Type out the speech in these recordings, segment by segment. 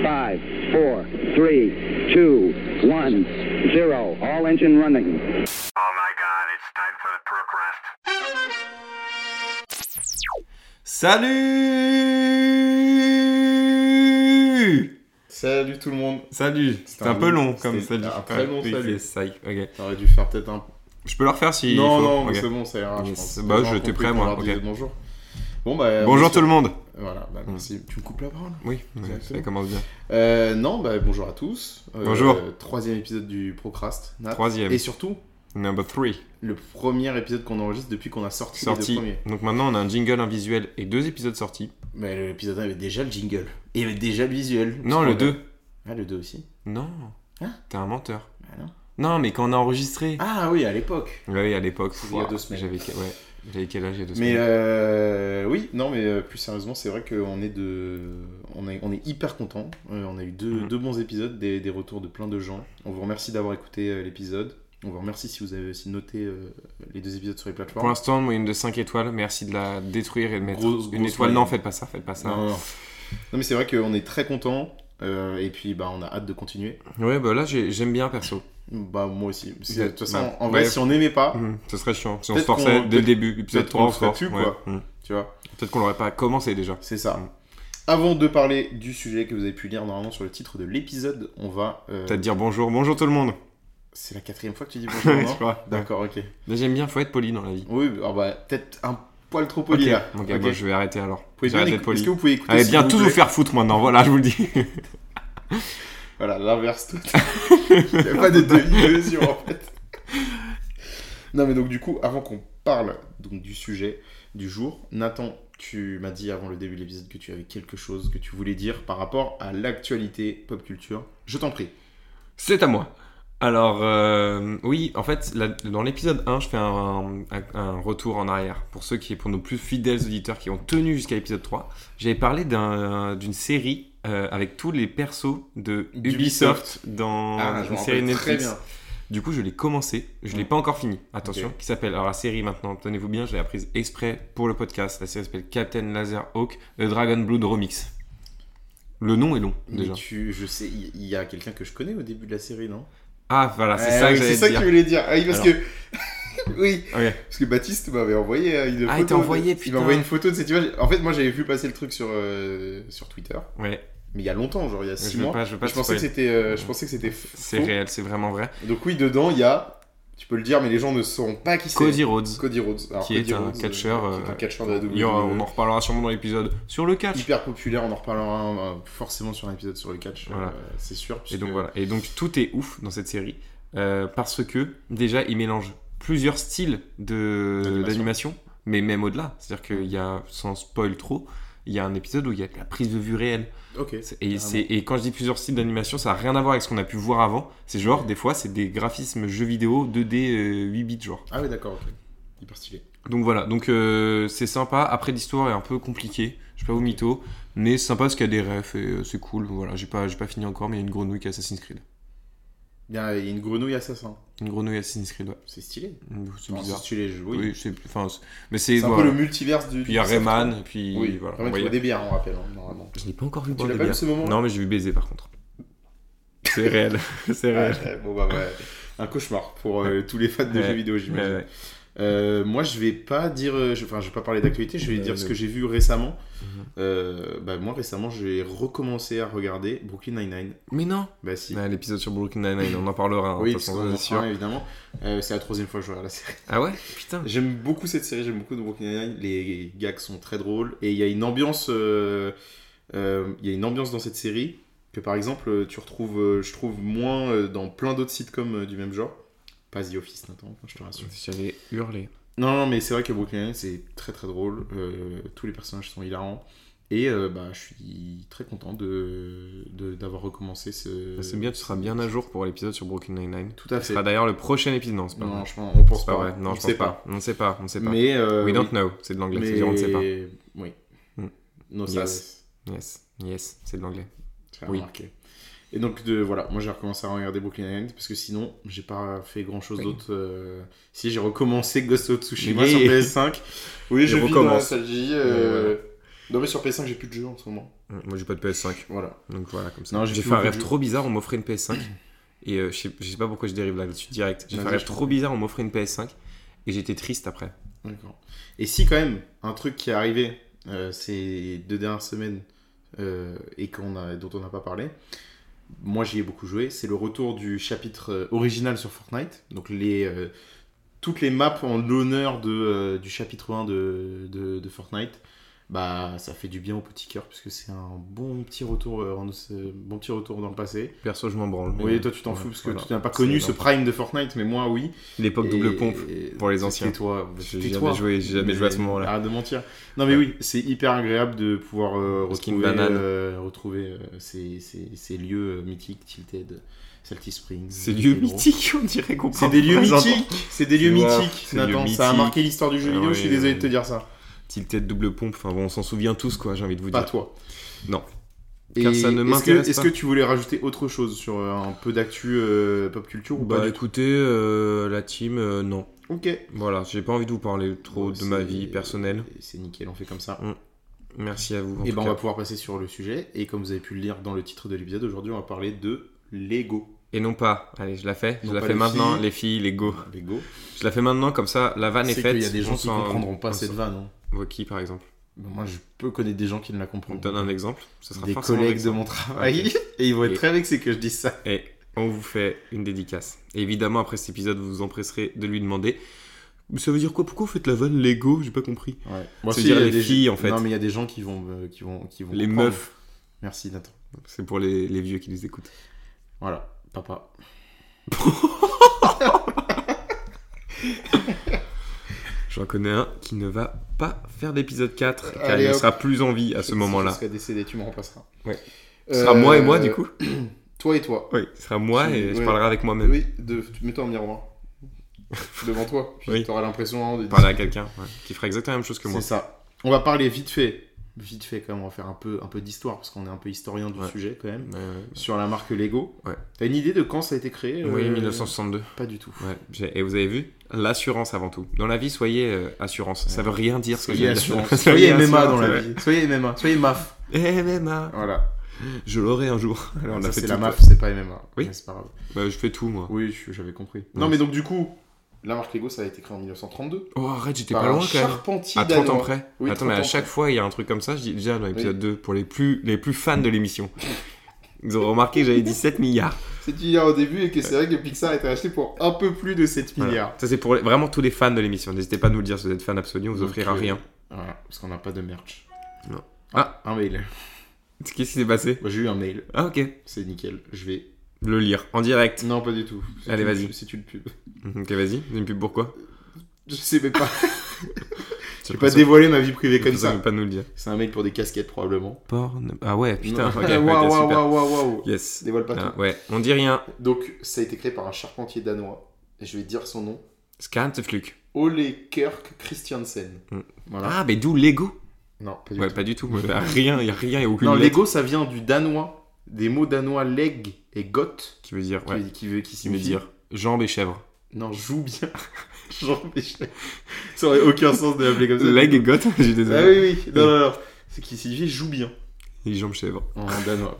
Five, four, three, two, one, zero. All engine running. Oh my god, it's time for the perk rest. Salut Salut tout le monde. Salut C'est un un peu long- long comme c'était salut. un très long oui, salut. c'est psych, ok. T'aurais dû faire peut-être un. Je peux le refaire si. il non, faut, non, ok. mais c'est bon, ça ira. Je Yes. pense. Bah, Les je gens ont t'ai compris prêt, qu'on moi, leur disait ok. Bonjour. Bon bah. Bonjour merci. tout le monde Mmh. Voilà, bah, merci. Tu me coupes la parole. Oui, Exactement. ça commence bien. Euh, non, bah bonjour à tous. Euh, Bonjour. Troisième épisode du Procrast. Nat. Troisième. Et surtout, Number 3, le premier épisode qu'on enregistre depuis qu'on a sorti, les sorti. deux premiers. Donc maintenant on a un jingle, un visuel et deux épisodes sortis. Mais l'épisode 1 avait déjà le jingle. Et il y avait déjà le visuel. Non, Parce le qu'on- 2. Ah, le 2 aussi. Non. Hein T'es un menteur. Ah, non. Non, mais quand on a enregistré. Ah oui, à l'époque. Ouais, Oui, à l'époque. C'était il y a ouah, deux semaines. J'avais que- ouais, j'avais quel âge il y a deux Mais semaines euh, oui, non, mais euh, plus sérieusement, c'est vrai qu'on est de, on est, on est hyper content. on a eu deux, Mhm. deux bons épisodes, des, des retours de plein de gens. On vous remercie d'avoir écouté euh, l'épisode. On vous remercie si vous avez aussi noté euh, les deux épisodes sur les Pour plateformes. l'instant, moyenne de 5 étoiles. Merci de la détruire et de mettre Grosse- une grosse étoile. moyenne. Non, faites pas ça, faites pas ça. Non, non, non. Non, mais c'est vrai qu'on est très content. et puis, bah, on a hâte de continuer. Ouais, bah là j'ai- j'aime bien perso. Bah, moi aussi. Parce que, De toute façon, Bah, en vrai, bref. si on n'aimait pas, Mmh, ce serait chiant. Si on Ah. Peut-être se forçait qu'on- dès le peut-être- début, épisode peut-être 3, qu'on on se serait force. dessus, ouais. quoi. Mmh. tu vois, Peut-être qu'on l'aurait pas commencé déjà. c'est ça. Mhm. Avant de parler du sujet que vous avez pu lire normalement sur le titre de l'épisode, on va. euh, Peut-être dire bonjour, bonjour tout le monde. C'est la quatrième fois que tu dis bonjour, non Je crois. D'accord, ok. Mais j'aime bien, faut être poli dans la vie. Oui, alors bah, peut-être un poil trop poli ok, là. ok, Ok. bon, je vais arrêter alors. Vous pouvez bien J'arrête écou- d'être poli. Est-ce que vous pouvez écouter Allez, s'il bien vous tous vous plaît faire foutre maintenant, voilà, je vous le dis. Voilà, l'inverse tout. Il n'y a pas de demi-mesure en fait. Non, mais donc, du coup, avant qu'on parle donc, du sujet du jour, Nathan, tu m'as dit avant le début de l'épisode que tu avais quelque chose que tu voulais dire par rapport à l'actualité pop culture. Je t'en prie. C'est à moi. Alors, euh, oui, en fait, là, dans l'épisode 1, je fais un, un- un retour en arrière. Pour ceux qui, pour nos plus fidèles auditeurs qui ont tenu jusqu'à l'épisode 3, j'avais parlé d'un- d'une série euh, avec tous les persos de Ubisoft, D'Ubisoft. dans Ah, je une me série rappelle Netflix. très bien. Du coup, je l'ai commencé, je l'ai Mm. pas encore fini. Attention, qui s'appelle alors la série maintenant, tenez-vous bien, je l'ai apprise exprès pour le podcast. La série s'appelle Captain Laser Hawk The Dragon Blood Remix. Le nom est long Mais déjà. tu, je sais, il il y a quelqu'un que je connais au début de la série, non Ah voilà, c'est Eh ça oui, que j'allais c'est te ça que dire. tu voulais dire. Ah oui, parce que. oui. Ok. Parce que Baptiste m'avait envoyé euh, une Ah, il photo. t'a envoyé, de- Il putain. m'a envoyé une photo de cette image. En fait, moi, j'avais vu passer le truc sur, euh, sur Twitter. Ouais, Mais il y a longtemps, genre il y a 6 je veux mois. pas, je veux pas je, te pensais que spoil. c'était, euh, je pensais que c'était faux. C'est réel, c'est vraiment vrai. Donc, oui, dedans, il y a. Tu peux le dire, mais les gens ne sauront pas qui c'est. Cody Rhodes, Cody Rhodes. Alors, qui Cody est un Rhodes, euh, catcheur. qui est un euh, catcheur de la il y aura- on en WWE. reparlera sûrement dans l'épisode sur le catch. Hyper populaire, on en reparlera euh, forcément sur un épisode sur le catch. Voilà. euh, c'est sûr. Et puisque- donc voilà. Et donc tout est ouf dans cette série euh, parce que déjà il mélange plusieurs styles de D'animation. d'animation, mais même au-delà. C'est-à-dire qu'il y a, sans spoil trop, il y a un épisode où il y a de la prise de vue réelle. Ok. Ah C'est- Et, c'est- et quand je dis plusieurs styles d'animation, ça n'a rien à voir avec ce qu'on a pu voir avant. C'est genre, des fois, c'est des graphismes jeux vidéo 2D euh, 8 bits, genre. Ah, oui, d'accord, ok. Hyper stylé. Donc voilà, donc euh, c'est sympa. Après, l'histoire est un peu compliquée, je vais pas vous mytho, mais c'est sympa parce qu'il y a des refs et euh, c'est cool. Voilà, j'ai pas, j'ai pas fini encore, mais il y a une grenouille qui est Assassin's Creed. Il y a il y a une grenouille assassin. Une grenouille Assassin's Creed, ouais. C'est stylé. Mm, C'est Enfin, bizarre. si tu les joues, Ah, oui. Oui, je sais plus. Enfin, c'est- mais c'est. C'est un peu voilà. le multiverse du. Puis il y a du- Rayman, et puis Oui, voilà. Rayman, Ouais, tu il y a- bois des bières, on rappelle, hein, normalement. Je n'ai pas encore vu Tu boire l'as des pas vu bières. ce moment Non, mais j'ai vu baiser par contre. C'est réel, c'est réel. Ouais, bon, bah, ouais. Un cauchemar pour euh, tous les fans de Ouais. jeux vidéo, Ouais, j'imagine. ouais. Euh, moi, je vais pas dire. euh, je- Enfin, je vais pas parler d'actualité, je vais Euh, dire ce non. que j'ai vu récemment. Mhm. Euh, bah, moi, récemment, j'ai recommencé à regarder Brooklyn Nine-Nine. Mais non. Bah, si. Ouais, L'épisode sur Brooklyn Nine-Nine, on en parlera. hein, oui, de toute parce façon, qu'on en c'est sûr. parle, évidemment. Euh, c'est la troisième fois que je regarde la série. Ah ouais Putain. J'aime beaucoup cette série, j'aime beaucoup de Brooklyn Nine-Nine. Les gags sont très drôles. Et il y a une ambiance. euh, euh, Il y a une ambiance dans cette série que, par exemple, euh, tu retrouves, euh, je trouve, moins euh, dans plein d'autres sitcoms euh, du même genre. Pas The Office, Nathan, je te rassure. J'allais hurler. Non, non, mais c'est vrai que Brooklyn Nine-Nine, c'est très très drôle. Euh, tous les personnages sont hilarants. Et euh, bah, je suis très content de de- d'avoir recommencé ce. Bah, c'est bien, tu seras bien à jour pour l'épisode sur Brooklyn Nine-Nine. Tout à Ce fait. sera d'ailleurs le prochain épisode. Non, c'est pas Non, vrai. je pense- on pense C'est pas. pas vrai. Non, on je sait sais pas. pas. On ne sait pas. On ne sait pas. Mais. euh, We don't oui. know. C'est de l'anglais. Mais- C'est-à-dire, on ne sait pas. Oui. Hmm. No Yes. yes. Yes. Yes. C'est de l'anglais. J'ai Oui. remarqué. Et donc, de, voilà, moi j'ai recommencé à regarder Brooklyn Nine-Nine parce que sinon, j'ai pas fait grand chose Oui. d'autre. euh, Si j'ai recommencé Ghost of Tsushima Mais- sur PS5, oui, Il je vis dans la recommence. nostalgie. Ouais, euh, Non, mais sur PS5, j'ai plus de jeux en ce moment. Mm. Moi, j'ai pas de PS5. Voilà. Donc voilà, comme ça. Non, j'ai J'ai plus fait un beaucoup rêve de jeux. trop bizarre, on m'offrait une PS5. Et euh, je, sais, je sais pas pourquoi je dérive là-dessus direct. J'ai Vas-y, fait un rêve je trop bizarre, on m'offrait une PS5. Et j'étais triste après. D'accord. Et si, quand même, un truc qui est arrivé euh, ces deux dernières semaines euh, et qu'on a, dont on n'a pas parlé, moi j'y ai beaucoup joué, c'est le retour du chapitre euh, original sur Fortnite. Donc, les, euh, toutes les maps en l'honneur de, euh, du chapitre 1 de, de, de Fortnite. Bah, ça fait du bien au petit cœur parce que c'est un bon petit retour, euh, en- euh, bon petit retour dans le passé. Perso, je m'en branle. mais- Oui, toi tu t'en Ouais, fous parce que voilà. tu n'as pas C'est connu ce énorme. prime de Fortnite, mais moi oui. L'époque Et- double pompe. pour les anciens. Tais-toi. J'ai tais-toi. jamais joué, j'ai jamais joué à ce Mais moment-là. Arrête de mentir. Non mais oui, c'est hyper agréable de pouvoir euh, Parce qu'il me retrouver, banane. euh, retrouver euh, ces, ces- ces lieux euh, mythiques, Tilted, Salty Springs. C'est lieux Pedro. mythiques, on dirait qu'on C'est parle des lieux pas genre- mythiques. C'est des lieux Tu vois, mythiques. c'est des Nathan, lieux ça a mythiques. marqué l'histoire du jeu Ah vidéo. oui, je suis désolé oui. de te dire ça. Tilted double pompe. Enfin bon, on s'en souvient tous, quoi, j'ai envie de vous Pas dire. toi. Non. Et Car ça ne est-ce que- m'intéresse Est-ce pas. que tu voulais rajouter autre chose sur euh, un peu d'actu euh, pop culture ou Bah, pas du tout écoutez, euh, la team, euh, non. Ok. Voilà, j'ai pas envie de vous parler trop de C'est- ma vie personnelle. C'est nickel, on fait comme ça. Merci à vous. en Et tout ben on cas. va pouvoir passer sur le sujet. Et comme vous avez pu le lire dans le titre de l'épisode, aujourd'hui on va parler de Lego. Et non pas. Allez, je la fais. Non je la pas fais les maintenant, filles. les filles, les go. Lego. Je la fais maintenant, comme ça, la vanne est, C'est faite. qu'il y a des gens on qui s'en- comprendront pas on cette s'en- vanne. hein. Voit qui, par exemple Ben, Moi je peux connaître des gens qui ne la On comprennent me pas. donne un exemple. Ce sera Des forcément collègues de vexant. mon travail. Et ils vont être Et- très vexés que je dise ça. Et on vous fait une dédicace. Et évidemment, après cet épisode, vous vous empresserez de lui demander Mais ça veut dire quoi Pourquoi vous faites la vanne Lego J'ai pas compris. Ouais. Ça veut dire les filles, en fait. Non mais il y a des gens qui vont, euh, qui vont, qui vont. les comprendre. meufs. Merci Nathan. C'est pour les, les vieux qui nous écoutent. Voilà, papa. J'en connais un qui ne va pas faire d'épisode 4 car Allez, il ne hop. sera plus en vie à ce moment-là. Je serai décédé, tu me remplaceras. Euh, Ouais. Ce sera moi et moi, du coup Toi et toi. Oui, ce sera moi tu- et je ouais. parlerai avec moi-même. Oui, de... mets-toi en miroir. Devant toi. Puis Oui. T'auras l'impression de Parler à quelqu'un ouais, qui fera exactement la même chose que moi. C'est ça. On va parler vite fait. Vite fait, quand même, on va faire un peu, un peu d'histoire, parce qu'on est un peu historien du Ouais. sujet, quand même. Ouais, ouais. Sur la marque Lego. Ouais. T'as une idée de quand ça a été créé Oui, euh, 1962. Pas du tout. Ouais, j'ai- Et vous avez vu L'assurance avant tout. Dans la vie, soyez euh, assurance. Ça Ouais. veut rien dire ce que Soyez j'ai dit. assurance. Soyez MMA dans la ouais. vie. Soyez MMA. Soyez MAF. MMA. Voilà. Je l'aurai un jour. Alors, on ça, a fait c'est tout, la quoi. MAF, c'est pas MMA. Oui. Mais c'est pas grave. Bah, je fais tout, moi. Oui, je- j'avais compris. Non, mais donc, du coup, la marque Lego, ça a été créé en 1932. Oh, arrête, j'étais par pas un loin, quand même. charpentier À 30 ans danois. près. Oui, Attends, 30 mais à ans chaque près. fois, il y a un truc comme ça. Je dis déjà dans l'épisode 2, pour les plus, les plus fans de l'émission. Ils ont remarqué que j'avais dit 7 milliards. C'est dit hier au début et que c'est vrai que Pixar a été acheté pour un peu plus de 7 Voilà. milliards. Ça, c'est pour les- vraiment tous les fans de l'émission. N'hésitez pas à nous le dire si vous êtes fan absolu, on vous Donc, offrira euh, rien. Voilà, parce qu'on n'a pas de merch. Non. Ah, un mail. Qu'est-ce qui s'est passé Moi, J'ai eu un mail, Ah, ok. c'est nickel. Je vais. Le lire en direct. Non, pas du tout. C'est Allez, une- vas-y. C'est une pub. Ok, vas-y. Une pub pourquoi Je sais même pas. Tu Je vais pas dévoiler ma vie privée comme ne ça. pas nous le dire. C'est un mail pour des casquettes probablement. Porn. Ah ouais, putain. Non. Ok, Waouh, ok, waouh, super. waouh, waouh, waouh. Yes. Dévoile pas Ah, tout. ouais, on dit rien. Donc, ça a été créé par un charpentier danois. Et je vais dire son nom. Scan ce fluc. Ole Kirk Christiansen. Mm. Voilà. Ah, mais d'où Lego Non, pas du Ouais, tout. pas du tout. Il y a rien, il y a rien, il y a aucune Non, lettre Lego, ça vient du danois. Des mots danois leg et goth. qui veut dire. Qui, Ouais, veut- qui, veut- qui qui veut signifie dire jambes et chèvres. Non, joue bien. Jean Michel. Ça aurait aucun sens de l'appeler comme ça. Leg et goth, je suis Ah désolé. oui, oui. Non, non, non. Ce qui signifie joue bien Et jambes chèvres. en danois.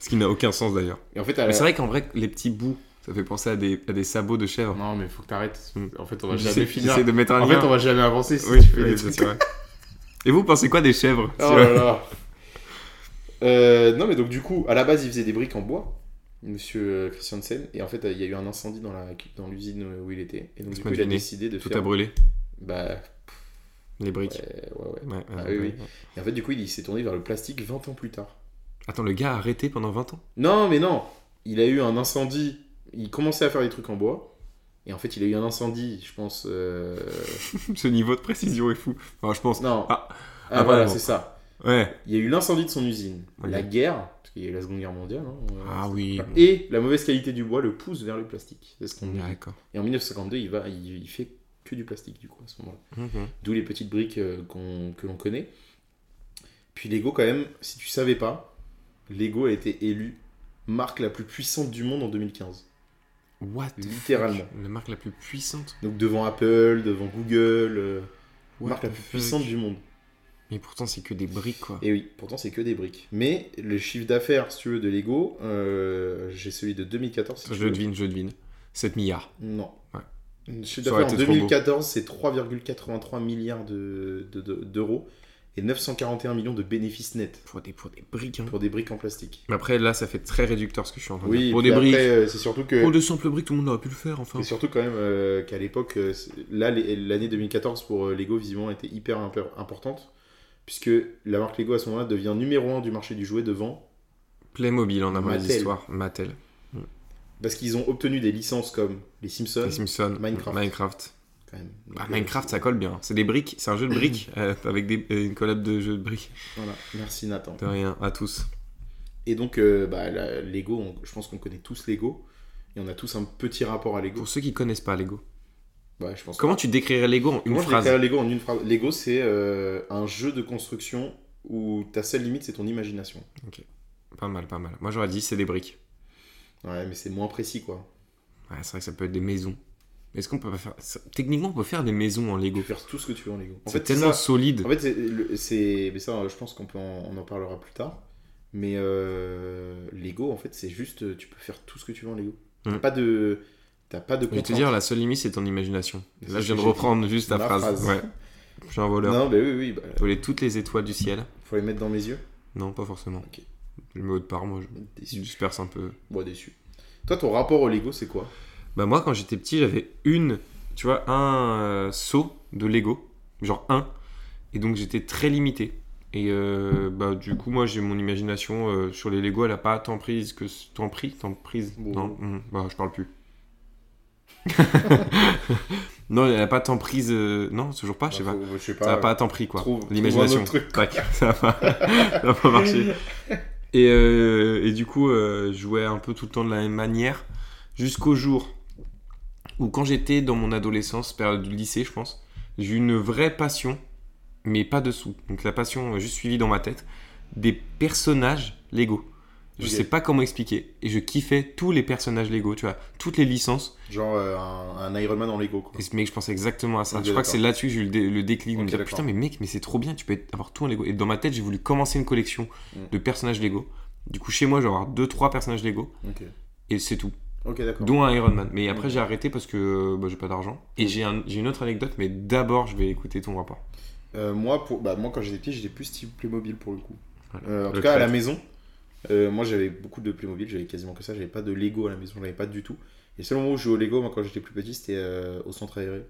Ce qui n'a aucun sens d'ailleurs. Et en fait, à Mais la... c'est vrai qu'en vrai, les petits bouts, ça fait penser à des, à des sabots de chèvres. Non, mais faut que t'arrêtes. Mm. En fait, on va J'essaie- jamais finir. j'essaie de mettre un En fait, lien. on va jamais avancer si Oui, tu fais oui, des ça, trucs. c'est vrai. Et vous pensez quoi des chèvres Oh là là. Euh, non, mais donc, du coup, à la base, il faisait des briques en bois. Monsieur euh, Christiansen, et en fait, il y a eu un incendie dans la dans l'usine où il était, et donc du Laisse-moi coup, il a deviner. décidé de Tout a faire. brûlé, Bah les briques. euh, ouais, ouais. Ouais, ouais, Ah, ouais, oui, ouais. Et en fait, du coup, il s'est tourné vers le plastique 20 ans plus tard. Attends, le gars a arrêté pendant 20 ans Non, mais non. Il a eu un incendie. Il commençait à faire des trucs en bois. Et en fait, il a eu un incendie, je pense. euh, Ce niveau de précision est fou. Enfin, je pense. Non. Ah. Ah, Ah, voilà, pardon. c'est ça. Ouais. Il y a eu l'incendie de son usine, Ok. la guerre, parce qu'il y a eu la Seconde Guerre mondiale. hein, euh, Ah oui. voilà. Et la mauvaise qualité du bois le pousse vers le plastique. C'est ce qu'on dit. D'accord. Et en 1952, il va, il, il fait que du plastique du coup à ce moment-là. D'où les petites briques euh, qu'on- que l'on connaît. Puis Lego quand même, si tu savais pas, Lego a été élu marque la plus puissante du monde en 2015. What the Littéralement. fuck La marque la plus puissante. Donc devant Apple, devant Google, euh, What marque la the plus fuck puissante du monde. Mais pourtant, c'est que des briques, quoi. Et oui, pourtant c'est que des briques. Mais le chiffre d'affaires, si tu veux, de Lego, euh, j'ai celui de 2014. si tu Je veux. devine, je devine. 7 milliards. Non. Ouais. Le chiffre Ça aurait d'affaires en été trop beau. 2014, c'est 3,83 milliards de- de- de- d'euros et 941 millions de bénéfices nets Pour des, pour des briques, hein. pour des briques en plastique. Mais après, là, ça fait très réducteur ce que je suis en train de Oui, dire. Pour puis des briques. après, euh, c'est surtout que. Pour de simples briques, tout le monde aurait pu le faire, enfin. C'est surtout quand même euh, qu'à l'époque, euh, c'est- là, les- l'année 2014 pour euh, Lego, visiblement, était hyper imp- importante, puisque la marque Lego à ce moment-là devient numéro 1 du marché du jouet devant Playmobil en a marre des Mattel. histoires. Mattel. Parce qu'ils ont obtenu des licences comme les Simpsons. Les Simpsons. Minecraft. Minecraft. quand même. euh, Bah, Minecraft, ça colle bien. C'est des briques. C'est un jeu de briques euh, avec des, euh, une collab de jeux de briques. Voilà. Merci Nathan. De rien, à tous. Et donc, euh, bah, la- Lego, on- je pense qu'on connaît tous Lego. Et on a tous un petit rapport à Lego. Pour ceux qui connaissent pas Lego, Bah, je pense comment tu décrirais Lego en une Comment je phrase déclare Lego en une phrase Lego, c'est euh, un jeu de construction où ta seule limite, c'est ton imagination. Pas mal, pas mal. Moi, j'aurais dit c'est des briques. Ouais, mais c'est moins précis, quoi. Ouais, c'est vrai que ça peut être des maisons. Est-ce qu'on peut pas faire. ça- Techniquement, on peut faire des maisons en Tu Lego. peux faire tout ce que tu veux en Lego. En C'est fait, tellement ça. solide. En fait, c'est- le- c'est. Mais ça, euh, je pense qu'on peut en- on en parlera plus tard. Mais euh, Lego, en fait, c'est juste. euh, Tu peux faire tout ce que tu veux en Lego. T'as Mm. pas de. T'as pas de Je vais te contraintes. dire, la seule limite, c'est ton imagination. C'est Là, ce je viens que de j'ai reprendre juste ta Ma phrase. phrase. Ouais. Je suis un voleur. Non, mais oui, oui, bah, Faut aller toutes les étoiles du ciel. faut les mettre dans mes yeux. Non, pas forcément. Ok. Je me mets de part, moi. Je Déçu. disperse un peu. Moi, déçu. Toi, ton rapport au Lego, c'est quoi Bah, moi, quand j'étais petit, j'avais une, tu vois, un euh, seau de Lego. Genre un. Et donc, j'étais très limité. Et euh, bah, du coup, moi, j'ai mon imagination euh, sur les Lego, elle a pas tant prise que. ce- Tant pris Tant prise Bon. Non, hum, bah, je parle plus. non, elle a pas tant prise. euh, Non, toujours pas, je sais Bah, pas. faut- Je sais pas. Ça n'a pas tant pris, quoi. Trouve- trouve un L'imagination. autre truc. Tac, ça n'a pas, ça a euh, pas marché. Et, euh, et du coup, euh, je jouais un peu tout le temps de la même manière, jusqu'au jour où, quand j'étais dans mon adolescence, période du lycée, je pense, j'ai eu une vraie passion, mais pas dessous. Donc la passion euh, juste suivie dans ma tête, des personnages Lego. Je Ok. sais pas comment expliquer. Et je kiffais tous les personnages Lego, tu vois, toutes les licences. Genre euh, un, un Iron Man en Lego, quoi. Et- Mais je pensais exactement à ça. Ok, je crois que d'accord. c'est là-dessus que j'ai eu le, dé- le déclic. de me Ok, dire, d'accord. putain, mais mec, mais c'est trop bien, tu peux être- avoir tout en Lego. Et dans ma tête, j'ai voulu commencer une collection Mm. de personnages Lego. Du coup, chez moi, je vais avoir 2-3 personnages Lego Ok, et c'est tout, Ok, d'accord. Mm. dont un Iron Man. Mais après, Ok. j'ai arrêté parce que euh, bah, j'ai pas d'argent. Et Mm. j'ai un- j'ai une autre anecdote, mais d'abord, je vais écouter ton rapport. Euh, moi, pour... bah, moi, quand j'étais petit, j'étais plus style Playmobil pour le coup. Voilà. Euh, en Le tout cas, à la crête. maison, euh, moi j'avais beaucoup de Playmobil, j'avais quasiment que ça, j'avais pas de Lego à la maison, j'avais pas du tout. Et le seul moment où je jouais au Lego, moi quand j'étais plus petit, c'était euh, au centre aéré.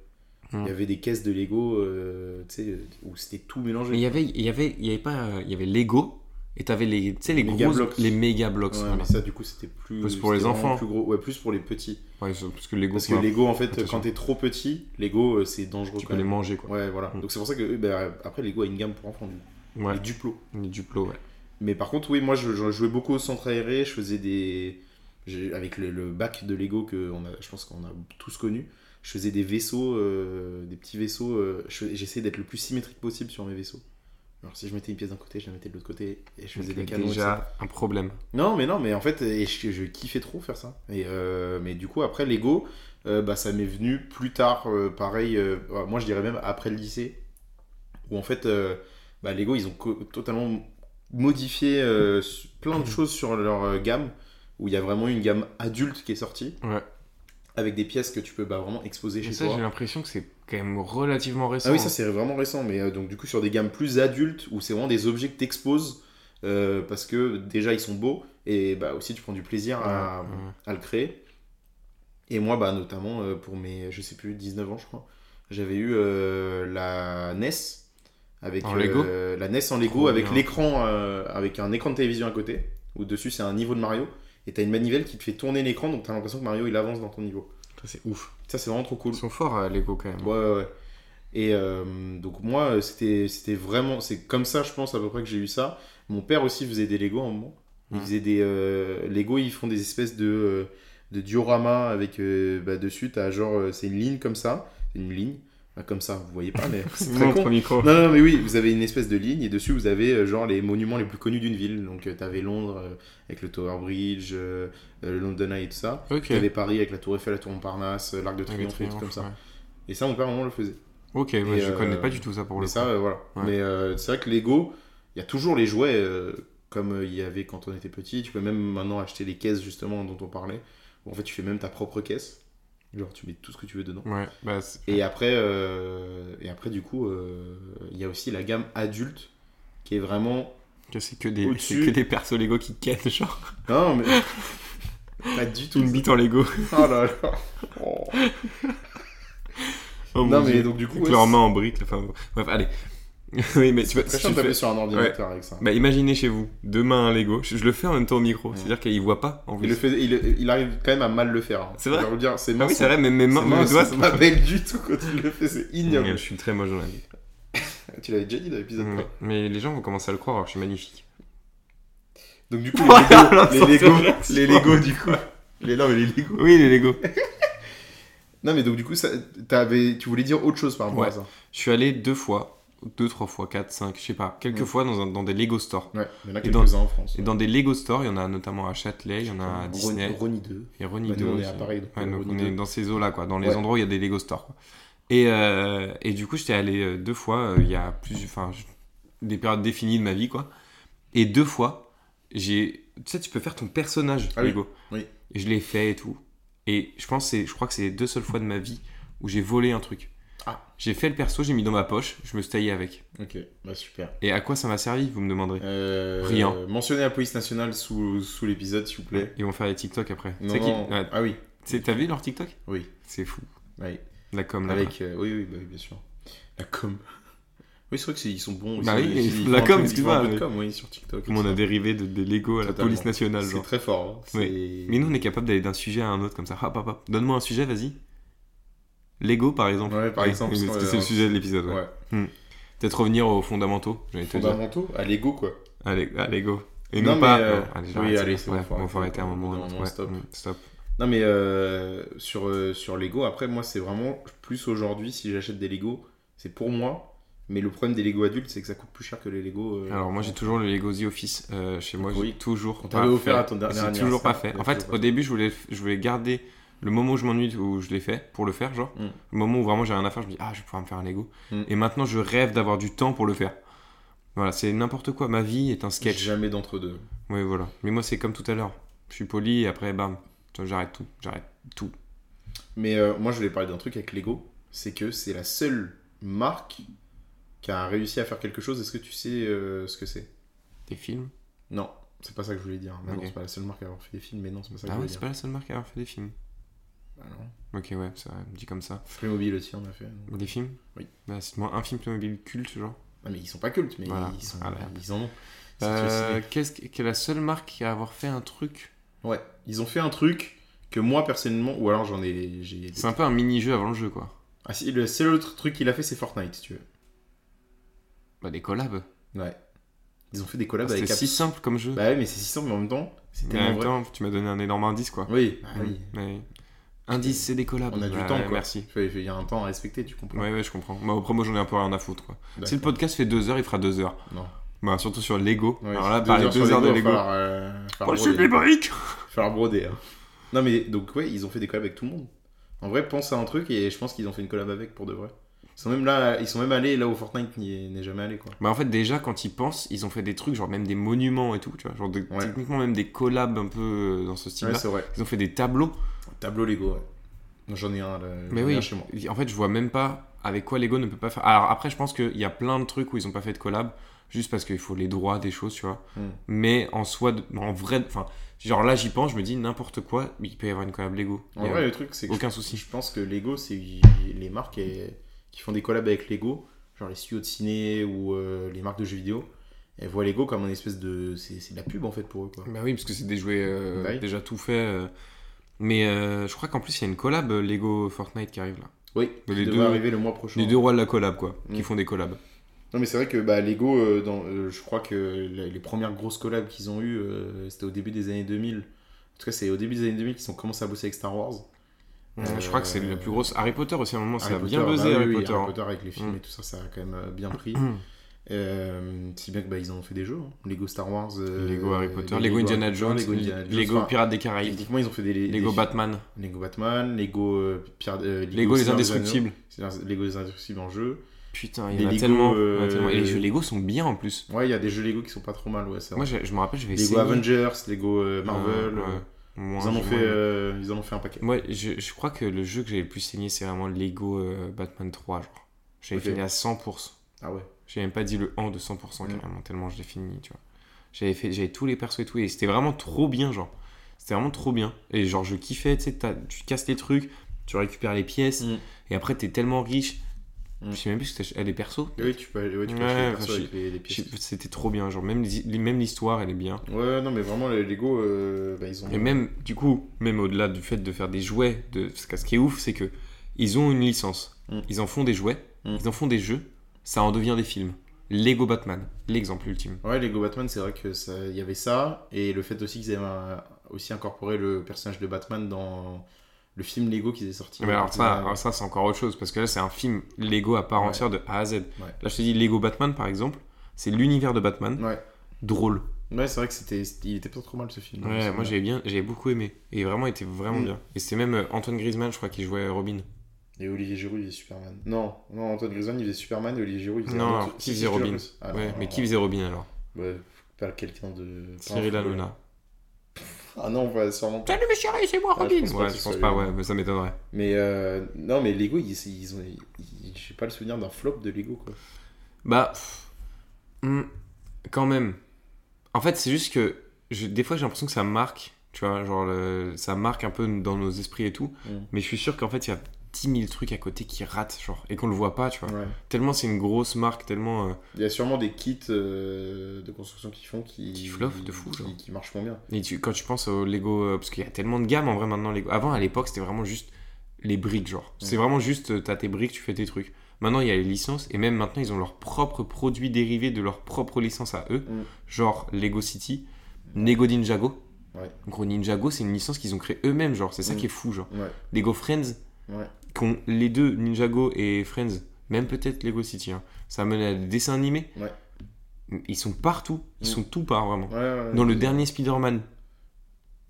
Hmm. Il y avait des caisses de Lego, euh, tu sais, où c'était tout mélangé. Mais il y avait, il y avait, il y avait pas, euh, il y avait Lego et t'avais les, tu sais, les Méga gros, blocks. les méga blocs. Ouais, voilà. mais ça, du coup, c'était plus. Plus pour c'était les vraiment enfants. Plus gros. Ouais, plus pour les petits. Ouais, c'est- parce que Lego, Parce c'est que un- Lego, en fait, attention. quand t'es trop petit, Lego, euh, c'est dangereux tu quand peux les même. manger quoi. Ouais, voilà. Hmm. Donc c'est pour ça que, euh, bah, après, Lego a une gamme pour enfants, du coup. Ouais, Les duplos. les Duplo, ouais. Mais par contre, oui, moi, je, je jouais beaucoup au centre aéré. Je faisais des. j'ai- Avec le, le bac de Lego que on a, je pense qu'on a tous connu, je faisais des vaisseaux, euh, des petits vaisseaux. euh, je- J'essayais d'être le plus symétrique possible sur mes vaisseaux. Alors, si je mettais une pièce d'un côté, je la mettais de l'autre côté et je faisais Donc, des canons. etc. déjà un problème. Non, mais non, mais en fait, et je, je kiffais trop faire ça. Et, euh, mais du coup, après, Lego, euh, bah, ça m'est venu plus tard, euh, pareil, euh, ouais, moi je dirais même après le lycée, où en fait, euh, bah, Lego, ils ont co- totalement modifié euh, s- plein de choses sur leur euh, gamme, où il y a vraiment une gamme adulte qui est sortie, Ouais. avec des pièces que tu peux bah, vraiment exposer Et chez ça, toi. j'ai l'impression que c'est quand même relativement récent. Ah oui, ça c'est vraiment récent, mais euh, donc du coup sur des gammes plus adultes où c'est vraiment des objets que t'exposes euh, parce que déjà ils sont beaux et bah aussi tu prends du plaisir à, Ouais, ouais. à le créer. Et moi, bah notamment euh, pour mes, je sais plus, 19 ans je crois, j'avais eu euh, la NES avec En Lego euh, la NES en Lego Trop avec bien. l'écran, euh, avec un écran de télévision à côté où dessus c'est un niveau de Mario et t'as une manivelle qui te fait tourner l'écran donc t'as l'impression que Mario il avance dans ton niveau. Ça, c'est ouf. Ça c'est vraiment trop cool. Ils sont forts, euh, Lego, quand même. Ouais, ouais, ouais. Et euh, donc, moi, euh, c'était c'était vraiment. C'est comme ça, je pense, à peu près que j'ai eu ça. Mon père aussi faisait des Lego à un moment. Il Mm. faisait des. euh, Lego, ils font des espèces de, euh, de dioramas avec. euh, bah, dessus, t'as genre. euh, c'est une ligne comme ça. C'est une ligne. Bah, comme ça, vous voyez pas, mais c'est très con. Montre au micro. Non, non, mais oui, vous avez une espèce de ligne et dessus vous avez euh, genre les monuments les plus connus d'une ville. Donc euh, t'avais Londres euh, avec le Tower Bridge, euh, euh, le London Eye et tout ça. Ok. T'avais Paris avec la Tour Eiffel, la Tour Montparnasse, euh, l'Arc de Avec Triomphe et tout Triomphe, comme ça. ouais. Et ça, mon père, à un moment, le faisait. Ok, moi, Et, je euh, connais pas du tout ça pour Mais le ça, coup. euh, voilà. Ouais. Mais euh, c'est vrai que Lego, il y a toujours les jouets euh, comme euh, il y avait quand on était petit. Tu peux même maintenant acheter les caisses justement dont on parlait. Où en fait, tu fais même ta propre caisse. Genre, tu mets tout ce que tu veux dedans. Ouais, bah, c'est- Et après, euh, et après du coup, euh, il y a aussi la gamme adulte qui est vraiment. que c'est que des, c'est Au-dessus- que des persos Lego qui quittent, genre. Non, mais. Pas du tout. Une bite en Lego. Oh là là. Oh. Oh, mon Non, mais Dieu. donc, du coup. Avec ouais, leurs mains en briques. Enfin, bon. bref, allez. oui, mais tu vois, si tu c'est très chiant de taper fais- sur un ordinateur avec ça. Bah, imaginez chez vous, deux mains un Lego. Je, je le fais en même temps au micro. Ouais. C'est-à-dire qu'il voit pas, en Il, plus. le fait, il, il arrive quand même à mal le faire. hein. C'est vrai Je vais vous dire, c'est Ah mince. oui, c'est vrai, mais mes c'est mains, mes mince, doigts. c'est pas belle du tout quand il le fait, c'est ignoble. Ah, Je suis très moche dans la vie. Tu l'avais déjà dit dans l'épisode Ouais. quoi. Mm. Mais les gens vont commencer à le croire, alors je suis magnifique. Donc du coup, les Lego, L'incendie les Lego, les Lego du coup. Les, non, mais les Lego. Oui, les Lego. Non, mais donc du coup, ça, t'avais- tu voulais dire autre chose par rapport Ouais. à ça. Je suis allé deux fois, deux, trois fois, quatre, cinq, je sais pas, quelques Ouais. fois dans, un- dans des Lego stores. Ouais, il y en a Et dans- quelques-uns en France. Et dans des Lego stores, il y en a notamment à Châtelet, il y en a à Ron- Disney, Ronnie 2. et Ronnie Bah, nous, Dos on est à aussi. Paris. Donc, Ouais, donc on Ronnie est 2. dans ces eaux-là, quoi, dans les Ouais. endroits endroits où il y a des Lego stores. quoi. Et, euh, et du coup, j'étais allé euh, deux fois, euh, il y a plus, enfin, je- des périodes définies de ma vie, quoi. Et deux fois, j'ai, tu sais, tu peux faire ton personnage Ah oui. Lego. Oui. Et je l'ai fait et tout. Et je pense, que c'est, je crois que c'est les deux seules fois de ma vie où j'ai volé un truc. Ah. J'ai fait le perso, j'ai mis dans ma poche, je me suis taillé avec. Ok, bah super. Et à quoi ça m'a servi, vous me demanderez. Euh, Rien. euh, Mentionnez la police nationale sous, sous l'épisode, s'il vous plaît. Ils vont faire les TikTok après. Euh. Non, C'est qui- non. ouais, Ah oui, c'est- T'as vu leur TikTok oui. C'est fou. oui. La com là. Avec, euh, oui, oui, bah oui, bien sûr. La com. Oui, c'est vrai qu'ils sont bons. Bah ils- oui, ils- ils la font com, un peu- ils excuse-moi, font un peu de mais- com, oui, sur TikTok. Comme on a dérivé de, des Lego à la Totalement. police nationale, C'est genre. très fort. hein. Oui. C'est- Mais nous, on est capable d'aller d'un sujet à un autre comme ça. Hop, hop, hop. Donne-moi un sujet, vas-y. Lego, par exemple. Ouais, par Oui, exemple. oui, parce parce qu'on que a- c'est le sujet de l'épisode. ouais. Ouais. Peut-être revenir aux fondamentaux, j'allais te dire. Fondamentaux, à l'ego, quoi. À Lego. À Lego. Et Non, non, pas. mais, euh, Non, allez, oui, j'arrête, allez, ça. c'est bon, Ouais, faut faut arrêter à un moment. ou un Au bout d'un autre, moment, ouais. stop. Mm, Stop. Non, mais euh, sur, euh, sur Lego, après, moi, c'est vraiment plus aujourd'hui, si j'achète des Lego, c'est pour moi. Mais le problème des Lego adultes, c'est que ça coûte plus cher que les Lego. euh, Alors moi j'ai toujours le Lego The Office euh, chez moi, Oui. j'ai toujours On pas t'avait offert fait. à ton dernier J'ai toujours pas anniversaire. fait. En fait, au début je voulais, je voulais garder le moment où je m'ennuie où je l'ai fait pour le faire, genre Mm. le moment où vraiment j'ai rien à faire, je me dis ah je vais pouvoir me faire un Lego. Mm. Et maintenant je rêve d'avoir du temps pour le faire. Voilà, c'est n'importe quoi. Ma vie est un sketch. Jamais d'entre-deux. Oui voilà. Mais moi c'est comme tout à l'heure. Je suis poli et après bam, Tu vois, j'arrête tout, j'arrête tout. Mais euh, moi, je voulais parler d'un truc avec Lego. C'est que c'est la seule marque qui a réussi à faire quelque chose. Est-ce que tu sais euh, ce que c'est Des films. Non, c'est pas ça que je voulais dire. Mais non, Ok. c'est pas la seule marque à avoir fait des films, mais non, c'est pas ça que Ah je ouais, voulais c'est dire. pas la seule marque à avoir fait des films. Ah non. Ok ouais, c'est vrai, dit comme ça. Playmobil aussi, on a fait. non. Des films. Oui. Bah, c'est moi un film Playmobil culte genre. Ah, mais ils sont pas cultes, mais Voilà. ils, sont, Ah, merde. ils en ont. C'est Euh, aussi- Qu'est-ce que quelle est la seule marque à avoir fait un truc Ouais, ils ont fait un truc que moi personnellement, ou alors j'en ai. j'ai- C'est un peu un mini-jeu avant le jeu, quoi. Ah, si, le seul autre truc qu'il a fait, c'est Fortnite, si tu veux. Bah, des collabs. Ouais. Ils ont fait des collabs Ah, avec C'était si simple comme jeu. Bah ouais, mais c'est 600, mais en même temps, c'est Mais en tellement même vrai. temps, tu m'as donné un énorme indice, quoi. Oui, ah Mm. oui. Ouais. Indice, c'est des collabs. On a du Ouais, temps, ouais, quoi. Merci. Il faut- il faut- il y a un temps à respecter, tu comprends. Ouais, ouais, je comprends. Bah, au promo, j'en ai un peu rien à foutre, quoi. Si le D'accord. podcast fait deux heures, il fera deux heures. Non. Bah, surtout sur Lego. Ouais, Alors là, deux parler heures sur deux heures de il va Lego. falloir, euh, falloir Oh, c'est broder, des hein. briques falloir broder. hein. Non, mais donc, ouais, ils ont fait des collabs avec tout le monde. En vrai, pense à un truc et je pense qu'ils ont fait une collab avec pour de vrai. Ils sont même, là, ils sont même allés là où Fortnite n'y est- n'est jamais allé, quoi. Bah, en fait, déjà, quand ils pensent, ils ont fait des trucs, genre même des monuments et tout, tu vois. Genre, de- Ouais. techniquement, même des collabs un peu euh, dans ce Ouais, style-là. c'est vrai. ils ont fait des tableaux. Tableau Lego, ouais. Non, J'en ai un, là, Mais j'en ai oui, un chez moi. en fait, je vois même pas avec quoi Lego ne peut pas faire. Alors après, je pense qu'il y a plein de trucs où ils ont pas fait de collab, juste parce qu'il faut les droits des choses, tu vois. Mm. Mais en soi, de- en vrai, enfin, genre là, j'y pense, je me dis n'importe quoi, il peut y avoir une collab Lego. Il En y a vrai, le truc, c'est que aucun je, souci. je pense que Lego, c'est les marques et- qui font des collabs avec Lego, genre les studios de ciné ou euh, les marques de jeux vidéo, elles voient Lego comme une espèce de. C'est c'est de la pub en fait pour eux, quoi. Bah oui, parce que c'est des jouets euh, Bah oui. déjà tout faits. euh. Mais euh, je crois qu'en plus, il y a une collab euh, Lego Fortnite qui arrive là. Oui, Mais ça les devrait deux- arriver le mois prochain. Les deux rois de la collab, quoi, qui Mm. font des collabs. Non, mais c'est vrai que bah, Lego, euh, dans, euh, je crois que les, les premières grosses collabs qu'ils ont eues, euh, c'était au début des années 2000. En tout cas, c'est au début des années 2000 qu'ils ont commencé à bosser avec Star Wars. Euh, je crois que c'est la plus grosse. Harry Potter aussi, à un moment, ça Harry a bien Potter, buzzé, bah oui, Harry oui, Potter. hein. avec les films Mm. et tout ça, ça a quand même euh, bien pris. Euh, si bien que bah, ils en ont fait des jeux, hein. Lego Star Wars, euh, Lego Harry Potter, Lego Indiana Jones, Lego Indiana Jones, Lego enfin, Pirates des Caraïbes, Techniquement, ils ont fait des, des Lego films. Batman, Lego Batman, Lego euh, Pierre- euh, Lego les Seigneur des Anneaux. Indestructibles. C'est-à-dire Lego les Indestructibles en jeu. Putain, il Les y en a Lego, tellement. il y en a euh, tellement. Et les jeux Lego sont bien en plus. Ouais, il y a des jeux Lego qui sont pas trop mal, ouais, c'est Moi, vrai. je, je me rappelle, j'avais Lego essayé. Avengers, Lego euh, Euh, Marvel. ouais, euh, moins, ils, en ont moins. fait, euh, ils en ont fait un paquet. Moi, je, je crois que le jeu que j'avais le plus saigné, c'est vraiment Lego euh, Batman 3. Genre. J'avais Ok. fini à 100%. Ah ouais. J'ai même pas dit le 1 de 100% Mm. carrément, tellement je l'ai fini, tu vois. J'avais fait, j'avais tous les persos et tout, et c'était vraiment trop bien, genre. C'était vraiment trop bien. Et genre, je kiffais, tu sais, t'as- tu casses les trucs, tu récupères les pièces, Mm. et après, t'es tellement riche. Mm. Je sais même plus ce que t'achètes. Ah, les persos Et Oui, tu peux, aller- ouais, tu peux Ouais, acheter les enfin, persos je- avec les, les Je sais pièces. plus, C'était trop bien, genre, même les- même l'histoire, elle est bien. Ouais, non, mais vraiment, les Lego, euh, bah, ils ont. Et même, du coup, même au-delà du fait de faire des jouets, de... parce que ce qui est ouf, c'est que ils ont une licence. Mm. Ils en font des jouets, Mm. ils en font des jeux, ça en devient des films. Lego Batman, l'exemple ultime. Ouais, Lego Batman, c'est vrai que ça- il y avait ça, et le fait aussi qu'ils avaient un- aussi incorporé le personnage de Batman dans le film Lego qu'ils avaient sorti. Ah, Mais alors ça, alors ça, c'est encore autre chose, parce que là, c'est un film Lego à part Ouais. entière de A à Z. Là, je te dis Lego Batman, par exemple, c'est l'univers de Batman, Ouais, drôle. ouais c'est vrai que c'était, il était pas trop mal ce film. Ouais, moi, j'avais bien, j'avais beaucoup aimé, et vraiment, il était vraiment Mm. bien. Et c'était même euh, Antoine Griezmann, je crois, qui jouait Robin. Et Olivier Giroud, il faisait Superman. Non, non, Antoine Griezmann, il faisait Superman, et Olivier Giroud, il faisait. Non, un alors, autre- qui Si, si, faisait je te jure Robin que c'est- Ah, ouais, non, mais non, Ah, qui faisait Robin alors non. Ouais, pas quelqu'un de. pas un Cyril fou, Hanouna. Ah non, on va sûrement pas. Salut mes chéris, c'est moi Ah, Robin. je pense pas ouais, que je ce pense soit pas, lui. hein. ouais, mais ça m'étonnerait. Mais euh, non, mais Lego, ils, ils ont. ils- J'ai pas le souvenir d'un flop de Lego, quoi. Bah, pff, hmm, quand même. En fait, c'est juste que je- des fois j'ai l'impression que ça marque, tu vois, genre le- ça marque un peu dans nos esprits et tout. Mm. Mais je suis sûr qu'en fait il y a 10 000 trucs à côté qui ratent, genre, et qu'on le voit pas, tu vois. Ouais. Tellement c'est une grosse marque, tellement. euh, Il y a sûrement des kits euh, de construction qu'ils font qui, Qui floppent de fou, qui, genre. qui marchent moins bien. Et tu- quand tu penses au Lego, euh, parce qu'il y a tellement de gammes en vrai maintenant, Lego. Avant, à l'époque, c'était vraiment juste les briques, genre. C'est Mm. vraiment juste, euh, t'as tes briques, tu fais tes trucs. Maintenant, il y a les licences, et même maintenant, ils ont leurs propres produits dérivés de leurs propres licences à eux, Mm. genre Lego City, Lego Ninjago. Ouais. En gros, Ninjago, c'est une licence qu'ils ont créée eux-mêmes, genre. C'est ça Mm. qui est fou, genre. Ouais. Lego Friends, Ouais. qui ont les deux, Ninjago et Friends, même peut-être Lego City, hein. ça amène à des dessins animés. Ouais. Ils sont partout, ils Mm. sont tout part, vraiment. Ouais, ouais, Dans le c'est- dernier Spider-Man.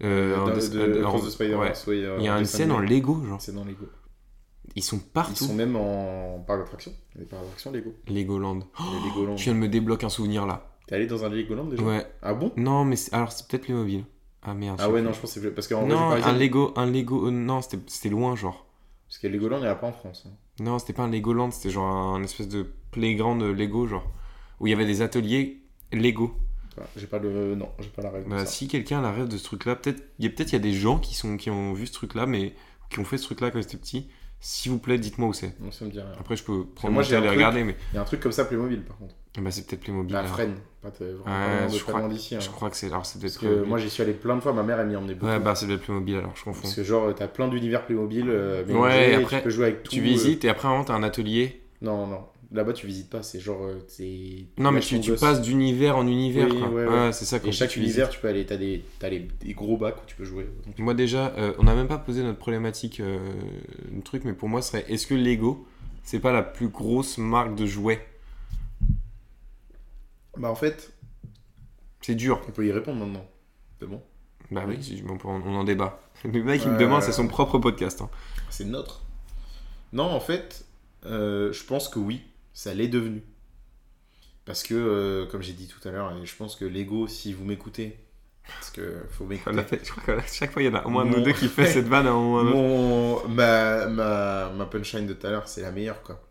Euh, Euh, dans- en de, dess- de, euh, en- Across the Spider-Man, ouais. ouais, y Il y a un une dessin scène en animé. Lego, genre. C'est dans Lego. Ils sont Ils partout. sont même en parc d'attraction. Les parcs d'attraction Lego. Legoland. Les Legoland. Je viens de me débloquer un souvenir là. T'es allé dans un Legoland déjà Ouais. Ah bon Non, mais c'est- alors c'est peut-être les mobiles. Ah merde. je Ah sais ouais, plus. non, je pense que c'est parce qu'en Non, région un parisienne- Lego, un Lego. euh, non, c'était c'était loin, genre. Parce que Legoland, il n'y en a pas en France. hein. Non, c'était pas un Legoland, c'était genre un espèce de playground euh, Lego, genre. Où il y avait des ateliers Lego. Enfin, j'ai pas le. Non, j'ai pas la règle. de Bah, ça. si quelqu'un a la rêve de ce truc-là, peut-être il y a peut-être il y a des gens qui sont qui ont vu ce truc-là, mais qui ont fait ce truc-là quand ils étaient petits. S'il vous plaît, dites-moi où c'est. Non, ça me dit rien. Après, je peux prendre moi, moi, j'ai un j'ai les truc- Bah, regarder, mais Il y a un truc comme ça, Playmobil, par contre. Eh ben, c'est peut-être Playmobil. La alors. Fresne. Pas te- Ouais, vraiment pas loin de je très crois loin que- d'ici. hein. Je crois que c'est alors c'est Parce peut-être que Playmobil. moi, j'y suis allé plein de fois. Ma mère, elle m'y emmenait beaucoup. euh, Ouais, bah c'est peut-être Playmobil alors, je confonds. Parce que genre, t'as plein d'univers Playmobil, euh, Ouais, mélangés, après, tu peux jouer avec tout. Tu euh, visites et après, avant, t'as un atelier. Non, non, là-bas tu visites pas, c'est genre. euh, c'est- Non, mais lâches tu, ton tu gosse. passes d'univers en univers. Oui, quoi. ouais, Ouais, ouais. c'est ça quand Et chaque tu univers, tu peux aller, t'as des, t'as les- des gros bacs où tu peux jouer. Donc, visites. Moi, déjà, euh, on n'a même pas posé notre problématique, euh, le truc, mais pour moi, ce serait est-ce que Lego, c'est pas la plus grosse marque de jouets Bah en fait, C'est dur. on peut y répondre maintenant. C'est bon Bah oui, Oui. si- on, peut- on en débat. Le mec, il me Ouais, demande, ouais, c'est son ouais. propre podcast. hein. C'est le nôtre. Non, en fait, euh, je pense que oui, ça l'est devenu. Parce que, euh, comme j'ai dit tout à l'heure, et je pense que Lego, si vous m'écoutez, parce que faut m'écouter. On l'a fait- je crois qu'à chaque fois, il y en a au moins un Mon- ou deux qui fait cette vanne à un moment. donné. Mon, ma, ma, ma punchline de tout à l'heure, c'est la meilleure, quoi.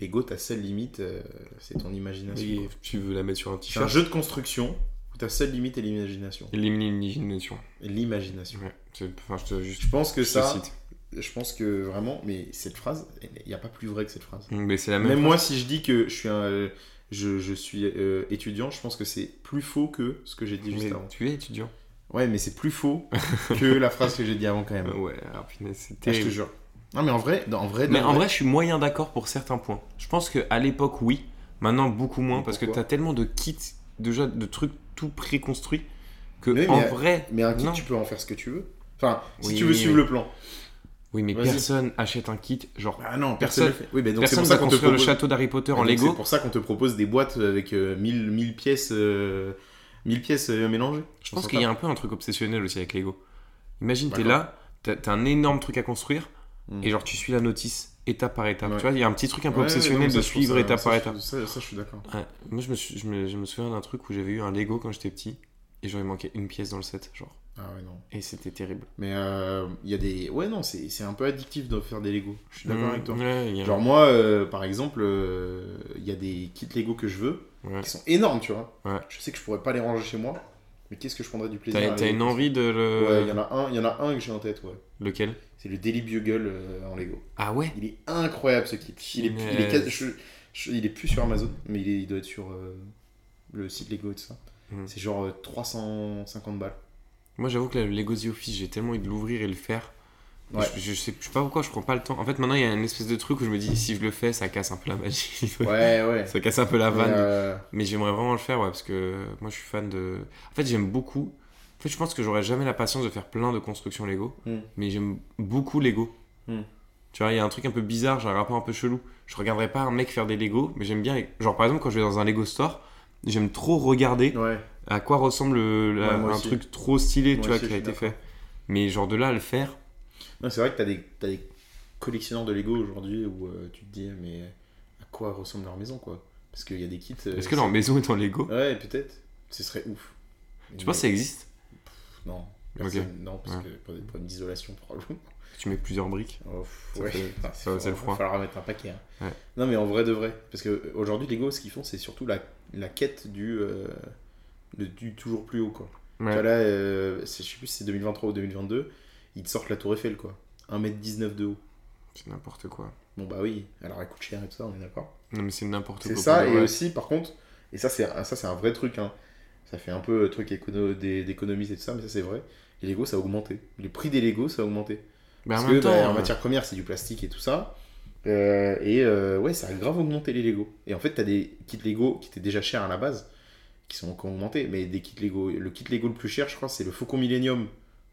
Lego, ta seule limite, euh, c'est ton imagination. Oui, quoi. Tu veux la mettre sur un C'est un t-shirt jeu de construction où ta seule limite est l'imagination. Éliminer une imagination. Et L'imagination. Ouais, c'est- enfin, je te juste Je pense que je te ça, cite. je pense que vraiment, mais cette phrase, il n'y a pas plus vrai que cette phrase. Mm, Mais c'est la Même, même. moi, si je dis que je suis, un- je, je suis euh, étudiant, je pense que c'est plus faux que ce que j'ai dit juste Mais avant. tu es étudiant. Ouais, mais c'est plus faux que la phrase que j'ai dit avant quand même. Euh, ouais, alors, punaise, c'est Ah, je te terrible. jure. Non, mais en vrai, dans- en vrai, mais dans- en vrai, je suis moyen d'accord pour certains points. Je pense qu'à l'époque, oui. Maintenant, beaucoup moins. Mais Parce que pourquoi t'as tellement de kits, déjà de trucs tout préconstruits, que Oui, mais euh, en à- vrai. Mais un kit, Non. tu peux en faire ce que tu veux. Enfin, si Oui, tu veux oui, suivre oui. le plan. Oui, mais Vas-y. personne achète un kit, genre. Ah non, Personne- personne ne le fait. Oui, mais donc c'est personne pour ça va qu'on te construire le propose... château d'Harry Potter en Donc, C'est Lego. pour ça qu'on te propose des boîtes avec euh, 1000 1000 pièces, euh, 1000 pièces euh, mélangées. Je pense qu'il y a un peu un truc obsessionnel aussi avec Lego. Imagine, t'es D'accord. là, t'as t'as un énorme truc à construire, Mm. et genre tu suis la notice étape par étape. Ouais. Tu vois, il y a un petit truc un peu obsessionnel de suivre étape par étape. Ça, ça, je suis d'accord. Ouais. Moi, je me, suis- je me- je me souviens d'un truc où j'avais eu un Lego quand j'étais petit, et genre il manquait une pièce dans le set, genre. Ah ouais, non. Et c'était terrible. Mais euh, il y a des. Ouais, non, c'est c'est un peu addictif de faire des Lego. Je suis d'accord Mm, avec toi. ouais, il y a- Genre, moi, euh, par exemple, euh, il y a des kits Lego que je veux ouais. qui sont énormes, tu vois. Ouais. Je sais que je pourrais pas les ranger chez moi, mais qu'est-ce que je prendrais du plaisir T'as à t'as les- une envie de le. Ouais, il y, en a un- il y en a un que j'ai en tête, ouais. Lequel C'est le Daily Bugle euh, en Lego. Ah ouais Il est incroyable ce kit. Il est, plus, il est Punaise. quasi- je- je- il est plus sur Amazon, mais il, est- il doit être sur euh, le site Lego et tout ça. Mm. C'est genre euh, 350 balles. Moi, j'avoue que le Lego The Office, j'ai tellement envie de l'ouvrir et le faire. Et Ouais. Je, je sais, je sais pas pourquoi je prends pas le temps. En fait, maintenant, il y a une espèce de truc où je me dis, si je le fais, ça casse un peu la magie. Ouais, ouais. ça casse un peu la Mais, vanne. euh, Mais j'aimerais vraiment le faire, ouais, parce que moi, je suis fan de. En fait, j'aime beaucoup. En fait, je pense que j'aurais jamais la patience de faire plein de constructions Lego, Mm. mais j'aime beaucoup Lego. Mm. Tu vois, il y a un truc un peu bizarre, j'ai un rapport un peu chelou. Je regarderai pas un mec faire des Lego, mais j'aime bien. les- Genre, par exemple, quand je vais dans un Lego store, j'aime trop regarder ouais. à quoi ressemble le- la- Ouais, moi un aussi. truc trop stylé, Moi tu vois, aussi, qui a je suis été fait. Mais genre de là à le faire, Non, c'est vrai que t'as des, t'as des collectionneurs de Lego aujourd'hui où euh, tu te dis, mais à quoi ressemble leur maison, quoi Parce qu'il y a des kits. euh, est-ce que leur maison est en Lego c'est- Euh, Ouais, peut-être. Ce serait ouf. Tu penses que ça existe Non. Ok. Personne- Non, parce Ouais. que pour des problèmes d'isolation, probablement. Tu mets plusieurs briques. Oh, pff, Ça ouais. fait- Putain, ça, c'est le froid. Il va falloir mettre un paquet. hein. Ouais. Non, mais en vrai de vrai. Parce qu'aujourd'hui, Lego, ce qu'ils font, c'est surtout la, la quête du, euh, de- du toujours plus haut. Quoi. Ouais. Tu vois, là, euh, c'est- je sais plus si c'est 2023 ou 2022, ils te sortent la Tour Eiffel. quoi. 1m19 de haut. C'est n'importe quoi. Bon, bah oui, alors elle coûte cher et tout ça, on est d'accord. Non, mais c'est n'importe quoi. C'est ça, pour et de vrai. aussi, par contre, et ça, c'est un- ça, c'est un vrai truc. hein. Ça fait un peu euh, truc écono- des- d'économiste et tout ça, mais ça, c'est vrai. Les Lego, ça a augmenté. Le prix des Lego, ça a augmenté. Mais Parce en que même temps, bah, en euh, matière première, c'est du plastique et tout ça. Euh, et euh, ouais, ça a grave augmenté les Lego. Et en fait, t'as des kits Lego qui étaient déjà chers à la base, qui sont encore augmentés. Mais des kits Lego, le kit Lego le plus cher, je crois, c'est le Faucon Millennium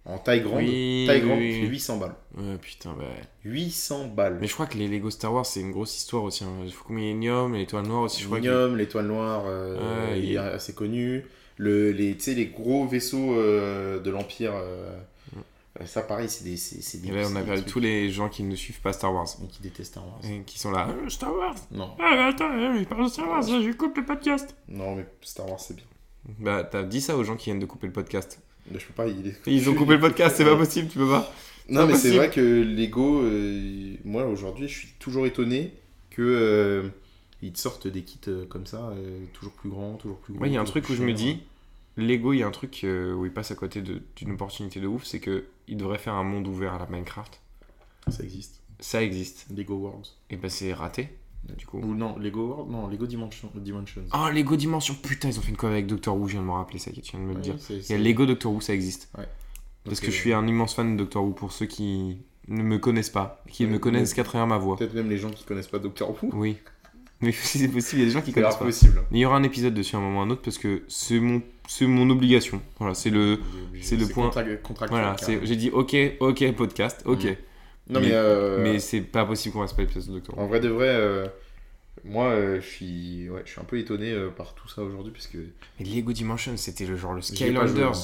en taille grande. oui, taille grande, oui, c'est oui. 800 balles. Ouais, putain, bah. 800 balles. Mais je crois que les Lego Star Wars, c'est une grosse histoire aussi. hein. Il faut combien Millennium, et l'étoile noire aussi, je crois. que- Millennium, l'étoile noire, euh, Ouais, il il- est assez connu. Le, les, tu sais, les gros vaisseaux euh, de l'Empire, euh, euh, ça pareil, c'est des, c'est, c'est des. Et là, on c'est a des perdu trucs tous les gens qui ne suivent pas Star Wars. et qui détestent Star Wars. Et qui sont là. Euh, Star Wars Non, Ah, bah, attends, euh, il parle de Star Wars, je coupe le podcast non, mais Star Wars, c'est bien. Bah, t'as dit ça aux gens qui viennent de couper le podcast. Mais Je peux pas, il est- Ils ont coupé le podcast, c'est pas possible, tu peux pas. Non, mais c'est possible. vrai que Lego, euh, moi aujourd'hui, je suis toujours étonné que euh, ils te sortent des kits euh, comme ça, euh, toujours plus grands, toujours plus grands. Moi, il y a un toujours truc plus où je me chers. dis, Lego, il y a un truc euh, où il passe à côté de- d'une opportunité de ouf, c'est que il devrait faire un monde ouvert à la Minecraft. ça existe. Ça existe. Lego Worlds. Et ben c'est raté, du coup. Ou non, Lego World, non, Lego Dimension, Dimensions. Oh, Lego Dimension, putain, ils ont fait une quoi avec Doctor Who, je viens de me rappeler ça, tu viens de me le Ouais, dire. c'est- Il y c'est- a Lego Doctor Who, ça existe. Donc, Parce que euh, je suis un immense fan de Doctor Who pour ceux qui ne me connaissent pas, qui Ouais, me connaissent mais- qu'à travers ma voix. Peut-être même les gens qui connaissent pas Doctor Who. Oui. Mais si c'est possible, il y a des gens qui C'est connaissent grave pas. possible. Mais Il y aura un épisode dessus à un moment ou à un autre parce que c'est mon, c'est mon obligation. Voilà, c'est le. c'est le point. contra- contractuel, Voilà, Ah, carrément. c'est- j'ai dit ok, ok, podcast, ok. Mm. Non mais, mais- euh, Mais c'est pas possible qu'on fasse pas l'épisode de Doctor Who. en vrai de vrai, euh, moi euh, je suis, ouais, je suis un peu étonné euh, par tout ça aujourd'hui parce que Mais Lego Dimension, c'était le genre le J'y ai pas joué, Skylanders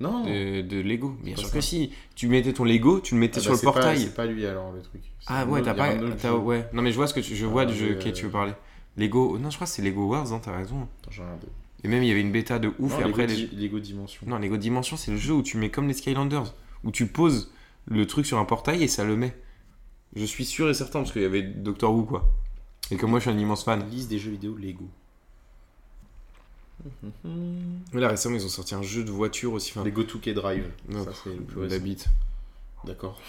non. de, de Lego. Bien pas sûr ça. que si. Tu mettais ton Lego, tu le Ah mettais bah, sur le c'est pas- portail. C'est pas lui alors le truc. C'est ah un ouais, autre- t'as il y a pas. un autre t'as- jeu. ouais. Non mais je vois ce que tu, je vois Ah, du jeu mais, auquel tu euh, veux parler. Lego. oh, Non, je crois que c'est Lego Wars. Hein, t'as raison. Attends, j'ai un deux. Et même il y avait une bêta de ouf. Non, et Lego après, les- Di- Lego Dimension. non, Lego Dimension, c'est le jeu où tu mets comme les Skylanders, où tu poses le truc sur un portail et ça le met. Je suis sûr et certain parce qu'il y avait Doctor Who quoi. Et que moi, je suis un immense fan. Liste des jeux vidéo Lego. Mais là récemment, ils ont sorti un jeu de voiture aussi. Enfin, Lego 2K Drive. Non, Bah, Ça c'est le plus la récent. bite. D'accord.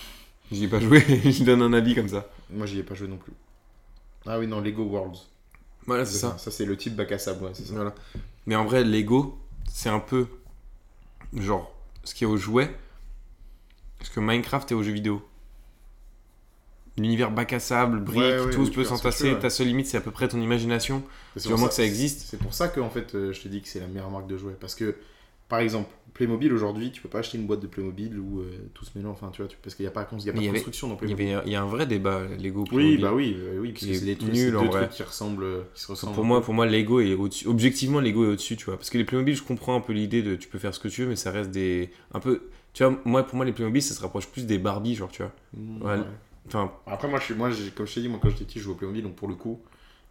J'y ai pas joué, je donne un avis comme ça. Moi j'y ai pas joué non plus. Ah oui non Lego Worlds. Voilà, Ah, c'est ça. Ça c'est le type bac à sable. ouais, c'est ça. Voilà. Mais en vrai, Lego, c'est un peu genre ce qui est aux jouets, ce que Minecraft est aux jeux vidéo. L'univers bac à sable, briques, Ouais, ouais, où tout tu peut peux faire ce que tu s'entasser. veux, Ta seule limite, c'est à peu près ton imagination. C'est Du pour moment ça- que ça existe. C'est pour ça que en fait, euh, je te dis que c'est la meilleure marque de jouets. Parce que Par exemple, Playmobil aujourd'hui, tu peux pas acheter une boîte de Playmobil ou euh, tout ce mélange, enfin tu vois, tu- parce qu'il n'y a pas, cons- il y a pas Mais il y de avait- construction dans Il y, Playmobil. avait, il y a un vrai débat, Lego. Oui, Playmobil. bah oui, euh, oui, parce Qui que est c'est des trucs, nul, c'est deux en trucs vrai. qui ressemblent, euh, qui se ressemblent. Pour moi, pour moi, Lego est au-dessus. Objectivement, Lego est au-dessus, tu vois. Parce que les Playmobil, je comprends un peu l'idée de tu peux faire ce que tu veux, mais ça reste des. Un peu. Tu vois, moi, pour moi, les Playmobil, ça se rapproche plus des Barbie, genre, tu vois. Mm, Ouais. ouais. Enfin, Après, moi, je suis, moi, j'ai- comme je t'ai dit, moi, quand j'étais petit, je jouais au Playmobil, donc pour le coup,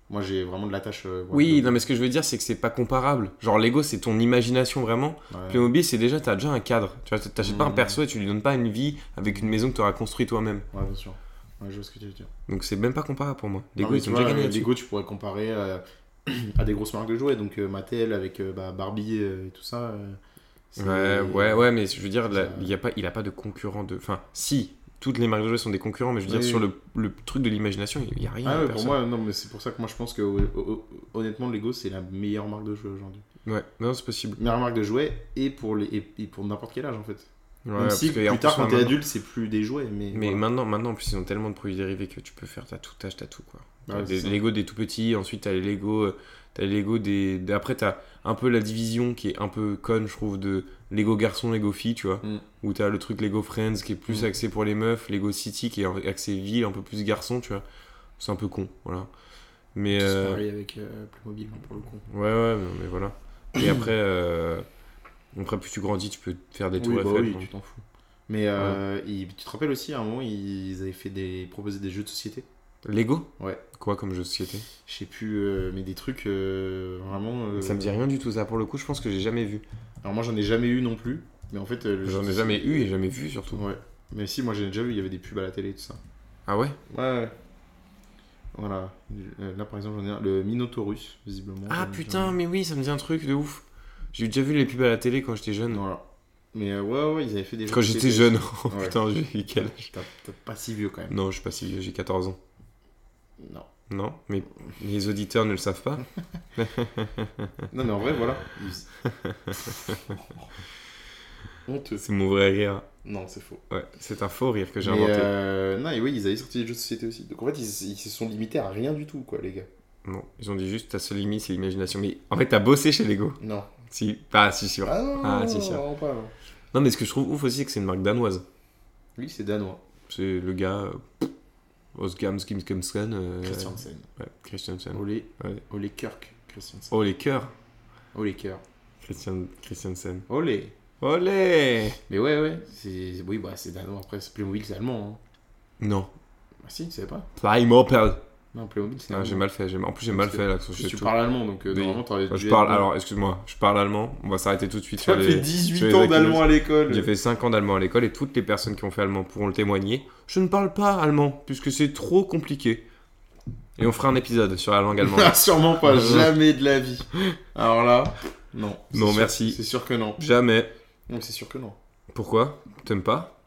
moi, j'ai vraiment de l'attache. euh, voilà, oui, de- non, mais ce que je veux dire, c'est que c'est pas comparable. Genre, Lego, c'est ton imagination vraiment. ouais. Playmobil, c'est déjà, t'as déjà un cadre. Tu vois, t'achètes pas un Mm. perso et tu lui donnes pas une vie avec une maison que t'auras construit toi-même. Ouais, bien sûr. Ouais, je vois ce que tu veux dire. Donc, c'est même pas comparable pour moi. Lego, Non, mais ils tu ont vois, déjà gagné euh, là-dessus. Lego, tu pourrais comparer euh, à des grosses marques de jouets, donc euh, Mattel avec euh, bah, Barbie euh, et tout ça. euh, c'est- Ouais, ouais, ouais, mais je veux dire, là, Ça- il y a pas, il a pas de concurrent de. Enfin, si, toutes les marques de jeux sont des concurrents, mais je veux dire, Oui. sur le, le truc de l'imagination, il n'y a rien. il y a Ah ouais, pour personne. moi, non, mais c'est pour ça que moi je pense que ho- ho- honnêtement, Lego c'est la meilleure marque de jouets aujourd'hui. Ouais, non, c'est possible. Meilleure marque de jouets et pour, les, et, et pour n'importe quel âge en fait. Ouais, Même parce si que, en plus plus, tard quand ouais, t'es maintenant- adulte, c'est plus des jouets, mais. Mais voilà. maintenant, maintenant, en plus, ils ont tellement de produits dérivés que tu peux faire, t'as tout, t'as t'as tout, quoi. Ah T'as ouais, des c'est ça. Lego des tout petits, ensuite t'as les Lego, euh, t'as les Lego des. des- Après, t'as un peu la division qui est un peu conne, je trouve, de Lego garçon, Lego fille, tu vois. Mm. Ou t'as le truc Lego Friends qui est plus Mm. axé pour les meufs, Lego City qui est axé ville, un peu plus garçon, tu vois. C'est un peu con, voilà. Mais. C'est euh, pareil avec euh, Playmobil hein, pour le coup. Ouais, ouais, mais, mais voilà. Et après, euh, après, plus tu grandis, tu peux te faire des tours oui, bah Eiffel, oui, quoi. tu t'en fous. Mais euh, il- tu te rappelles aussi à un moment, ils avaient fait des proposé des jeux de société. Lego Ouais. Quoi comme jeu de société Je sais plus, euh, mais des trucs euh, vraiment. euh, Ça me dit rien du tout, ça. Pour le coup, je pense que j'ai jamais vu. Alors moi j'en ai jamais eu non plus, mais en fait. euh, le jeu J'en de ai jamais société- eu et jamais vu, surtout. Ouais. Mais si, moi j'en ai déjà vu, il y avait des pubs à la télé et tout ça. Ah ouais Ouais. Voilà. Euh, Là, par exemple, j'en ai un. Le Minotaurus, visiblement. Ah J'en ai- putain, mais oui, ça me dit un truc de ouf. J'ai déjà vu les pubs à la télé quand j'étais jeune. Non, voilà. Mais euh, ouais, ouais, ils avaient fait des jeux Quand de j'étais société. jeune, oh Ouais. putain, j'ai quel âge T'as- T'es pas si vieux quand même. Non, je suis pas si vieux, j'ai 14 ans. Non. Non, mais les auditeurs ne le savent pas. Non, mais en vrai, voilà. Ils- Honteux. C'est mon vrai rire. Non, c'est faux. Ouais, c'est un faux rire que j'ai Mais, inventé. euh, Non, et oui, ils avaient sorti des jeux de société aussi. Donc en fait, ils, ils se sont limités à rien du tout, quoi, les gars. Non, ils ont dit juste ta seule limite, c'est l'imagination. Mais en fait, t'as bossé chez Lego. Non. Si, pas si sûr. Ah non, Ah, non, si, ça. vraiment pas. non. Non, mais ce que je trouve ouf aussi, c'est que c'est une marque danoise. Oui, c'est danois. C'est le gars. euh, Osgam Skimskimsken. euh, Christiansen. Ouais, Christiansen. Olé. Ouais. Olé Kirk. Christiansen. Oh, les cœurs. Olé Kirk. Christian... Christiansen. Olé. Olé Mais ouais, ouais, c'est. Oui, bah c'est danois. Après, c'est Playmobil, c'est allemand. Non. Hein. Ah si, tu savais pas Playmobil. Non, Playmobil, c'est Ah, allemand. j'ai mal fait. j'ai- En plus, j'ai mal Parce fait l'accent. Parce j'ai que tu tout- parles allemand, donc euh, Oui. normalement, t'aurais Enfin, dû je être parle. bon. Alors, excuse-moi. Je parle allemand. On va s'arrêter tout de suite. Tu sur as les- fait sur 18 les ans accusations. d'allemand à l'école. J'ai fait 5 ans d'allemand à l'école et toutes les personnes qui ont fait allemand pourront le témoigner. Je ne parle pas allemand puisque c'est trop compliqué. Et on fera un épisode sur la langue allemande. Ah, sûrement pas, Non. jamais de la vie. Alors là, non. C'est Non, sûr- merci. C'est sûr que non. Jamais. Non, c'est sûr que non. Pourquoi T'aimes pas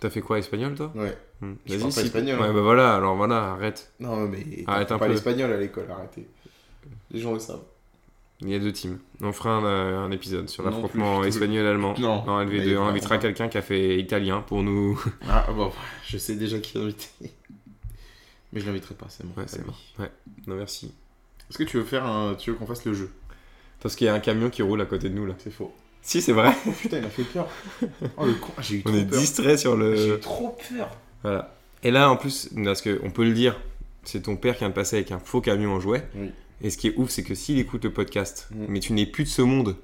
T'as fait quoi espagnol toi Ouais. Hmm. Je parle pas espagnol, Ouais, hein. bah voilà, alors voilà, arrête. Non, mais. Arrête un pas peu. l'espagnol à l'école, arrêtez. Les gens le savent. Il y a deux teams. On fera un, euh, un épisode sur Non plus, l'affrontement je te- espagnol-allemand. Non. Non, Mais LV2, on vraiment. invitera quelqu'un qui a fait italien pour nous. Ah, bon, je sais déjà qui inviter. Mais je l'inviterai pas, c'est bon. Ouais, c'est Allez. bon. Ouais, non merci. Est-ce que tu veux faire un. Tu veux qu'on fasse le jeu Parce qu'il y a un camion qui roule à côté de nous là. C'est faux. Si, c'est vrai. Oh putain, il m'a fait peur. Oh le con, j'ai eu On trop est Euh. peur. distrait sur J'ai le. eu trop peur. Voilà. Et là, en plus, parce que on peut le dire, c'est ton père qui vient de passer avec un faux camion en jouet. Oui. Et ce qui est ouf, c'est que s'il écoute le podcast, Mm. mais tu n'es plus de ce monde.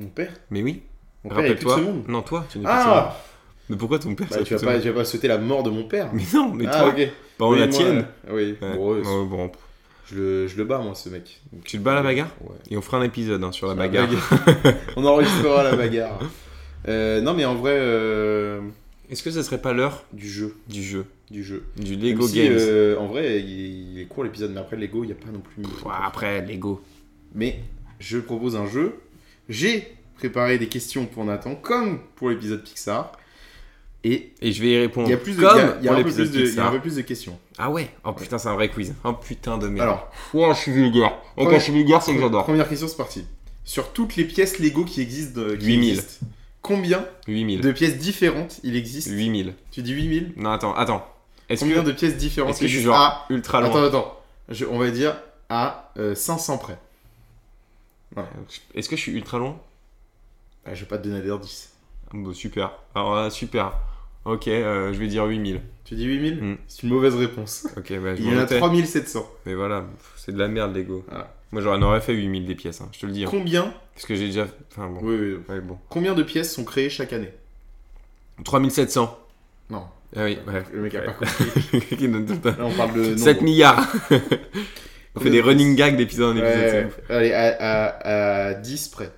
Mon père Mais oui, Mon père, il est plus de rappelle-toi. ce monde. Non, toi, tu n'es plus de ce monde. Ah Mais pourquoi ton père Bah, serait tu, vas plus pas, de ce tu vas pas souhaiter la mort de mon père monde Mais non, mais Ah toi, ok. pas en Oui, la moi, tienne. euh, Oui, Ouais. bon, euh, Ouais, bon, Je, le, je le bats moi ce mec. Donc, Tu le bats à la bagarre Ouais. Et on fera un épisode hein, sur la La bagarre. On enregistrera la bagarre. Euh, non mais en vrai, euh, Est-ce que ce serait pas l'heure du jeu. du jeu Du jeu. Du Même Lego si, Games euh, en vrai, il, il est court l'épisode, mais après Lego, il n'y a pas non plus... mille Pff, trucs. Après, Lego. Mais je propose un jeu. J'ai préparé des questions pour Nathan, comme pour l'épisode Pixar. Et Et je vais y répondre. il y a plus de, Comme il y a- il y a pour un peu l'épisode plus de- il y a un Pixar. peu plus de questions. Ah ouais Oh putain, c'est un vrai quiz. Oh putain de merde. Alors, Oh, je suis vulgaire. Et quand Premier- je suis vulgaire, c'est que j'adore. première question, c'est parti. Sur toutes les pièces Lego qui existent, euh, qui 8000. existent, combien 8000. de pièces différentes il existe 8000. Tu dis 8000 Non, attends, attends. Est-ce Combien que, de pièces différentes est-ce que je suis existent genre à... ultra loin Attends, attends. Je- on va dire à euh, 500 près. Est-ce que je suis ultra loin Ah, je vais pas te donner d'indice. Bon, super. Alors là, super. Ok, euh, je vais dire 8000. Tu dis 8000 Mm. C'est une mauvaise réponse. Ok, bah, je Il y m'en en a doutais. 3700. Mais voilà, pff, c'est de la merde, l'ego. Voilà. Moi, j'en aurais fait 8000 des pièces, hein, je te le dis. hein. Combien Parce que j'ai déjà. Enfin bon. Oui, oui. Ouais, bon. Combien de pièces sont créées chaque année 3700. Non, Ah oui, ouais. le mec a pas Ouais. compris. Qui donne tout un- Là, on parle de. 7 nombre. milliards On fait Combien des de running gags d'épisode en Ouais, épisode. c'est ouais. ouf. Allez, à, à, à 10 près.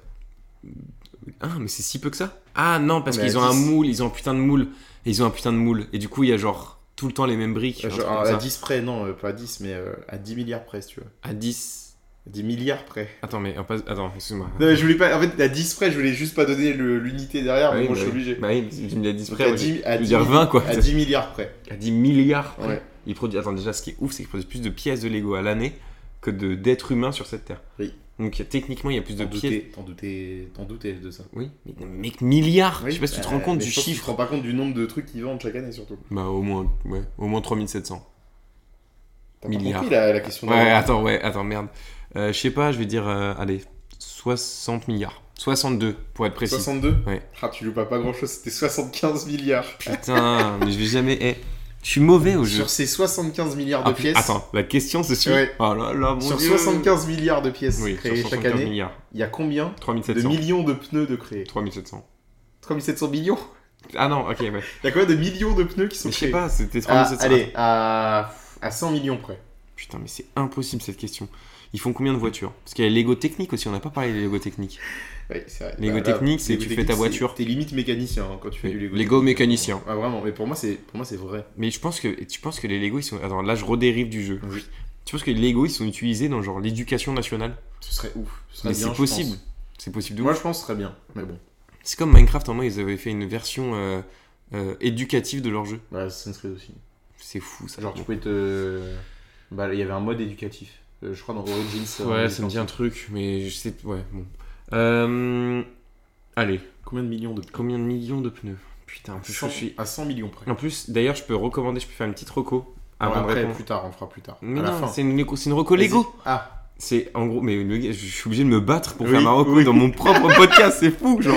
Ah, mais c'est si peu que ça Ah non, parce Mais qu'ils à ont un 10. moule, ils ont un putain de moule. Et ils ont un putain de moule. Et du coup, il y a genre tout le temps les mêmes briques. un Genre, truc comme à ça. 10 près, non, euh, pas à 10, mais euh, à 10 milliards près, si tu veux. À 10. À 10 milliards près. Attends, mais. on passe- Attends, excuse-moi. Non, mais je voulais pas. En fait, à 10 près, je voulais juste pas donner le- l'unité derrière, Ah mais oui, moi, bah je suis oui. obligé. Bah oui, tu me l'as dit Donc, frère. à 10 à Je veux 10 dire 20 quoi. à 10 milliards près. À 10 milliards. Ouais. Ils produisent. Attends, déjà, ce qui est ouf, c'est qu'ils produisent plus de pièces de Lego à l'année que de d'êtres humains sur cette terre. Oui. Donc techniquement, il y a plus de T'en pièces. doutais, t'en doutais, t'en doutais de ça. Oui. Mais non, mais mec, milliards. Oui, je sais pas si tu te bah, rends compte mais du je pense que Tu te chiffre. rends pas compte du nombre de trucs qu'ils vendent chaque année, surtout. Bah au moins, ouais, au moins 3700. T'as pas Milliards. compris la, la question Ouais, d'avant. attends, ouais, attends, merde. Euh, je sais pas, je vais dire, euh, allez, 60 milliards. 62 pour être précis. 62 Ouais. Ah, tu loupes pas, pas grand chose, c'était 75 milliards. Putain, mais je vais jamais. eh, je suis mauvais au jeu. Sur ces 75 milliards de Ah, putain, pièces, Attends, la question c'est sur. Ouais. Oh là là, mon sur Dieu. 75 milliards de pièces oui, créées sur chaque 75 année, milliards. il y a combien de 3700. millions de pneus de créés 3700. 3700 millions Ah non, ok, ouais. Il y a combien de millions de pneus qui sont Mais je sais créés pas, c'était Ah, 3700. Allez, à, à 100 millions près. Putain, mais c'est impossible cette question. Ils font combien de voitures Parce qu'il y a les Lego techniques aussi, on n'a pas parlé des Lego techniques. Oui, c'est vrai. Lego Bah, là, technique, c'est Lego tu fais ta technique, voiture. c'est- T'es limite mécanicien hein, quand tu fais Oui, du Lego. Lego technique. mécanicien. Ah, vraiment, mais pour moi, c'est pour moi, c'est vrai. Mais je pense que et tu penses que les Lego ils sont. Attends, là je redérive du jeu. Oui. Tu penses que les Lego ils sont utilisés dans genre l'éducation nationale Ce serait ouf. Ce serait Mais bien, c'est je possible. pense. C'est possible de Moi, ouf. je pense que ce serait bien. Mais bon, C'est comme Minecraft en moi ils avaient fait une version euh, euh, éducative de leur jeu. bah, Assassin's Creed aussi. C'est fou ça. Genre, tu pouvais te. Bah, il y avait un mode éducatif. Euh, je crois dans Origins. euh, on Ouais, était ça me dit dans- un truc, mais je sais. Ouais, bon. Euh, Allez, Combien de millions de combien de millions de pneus Putain, en plus, je suis. À 100 millions près. En plus, d'ailleurs, je peux recommander, je peux faire une petite reco avant Après, de répondre. plus tard, on fera plus tard. Mais à la non, fin. c'est une, c'est une reco Lego. Vas-y. Ah, C'est en gros, mais le gars, je suis obligé de me battre pour Oui, faire ma reco oui. dans mon propre podcast, c'est fou, genre.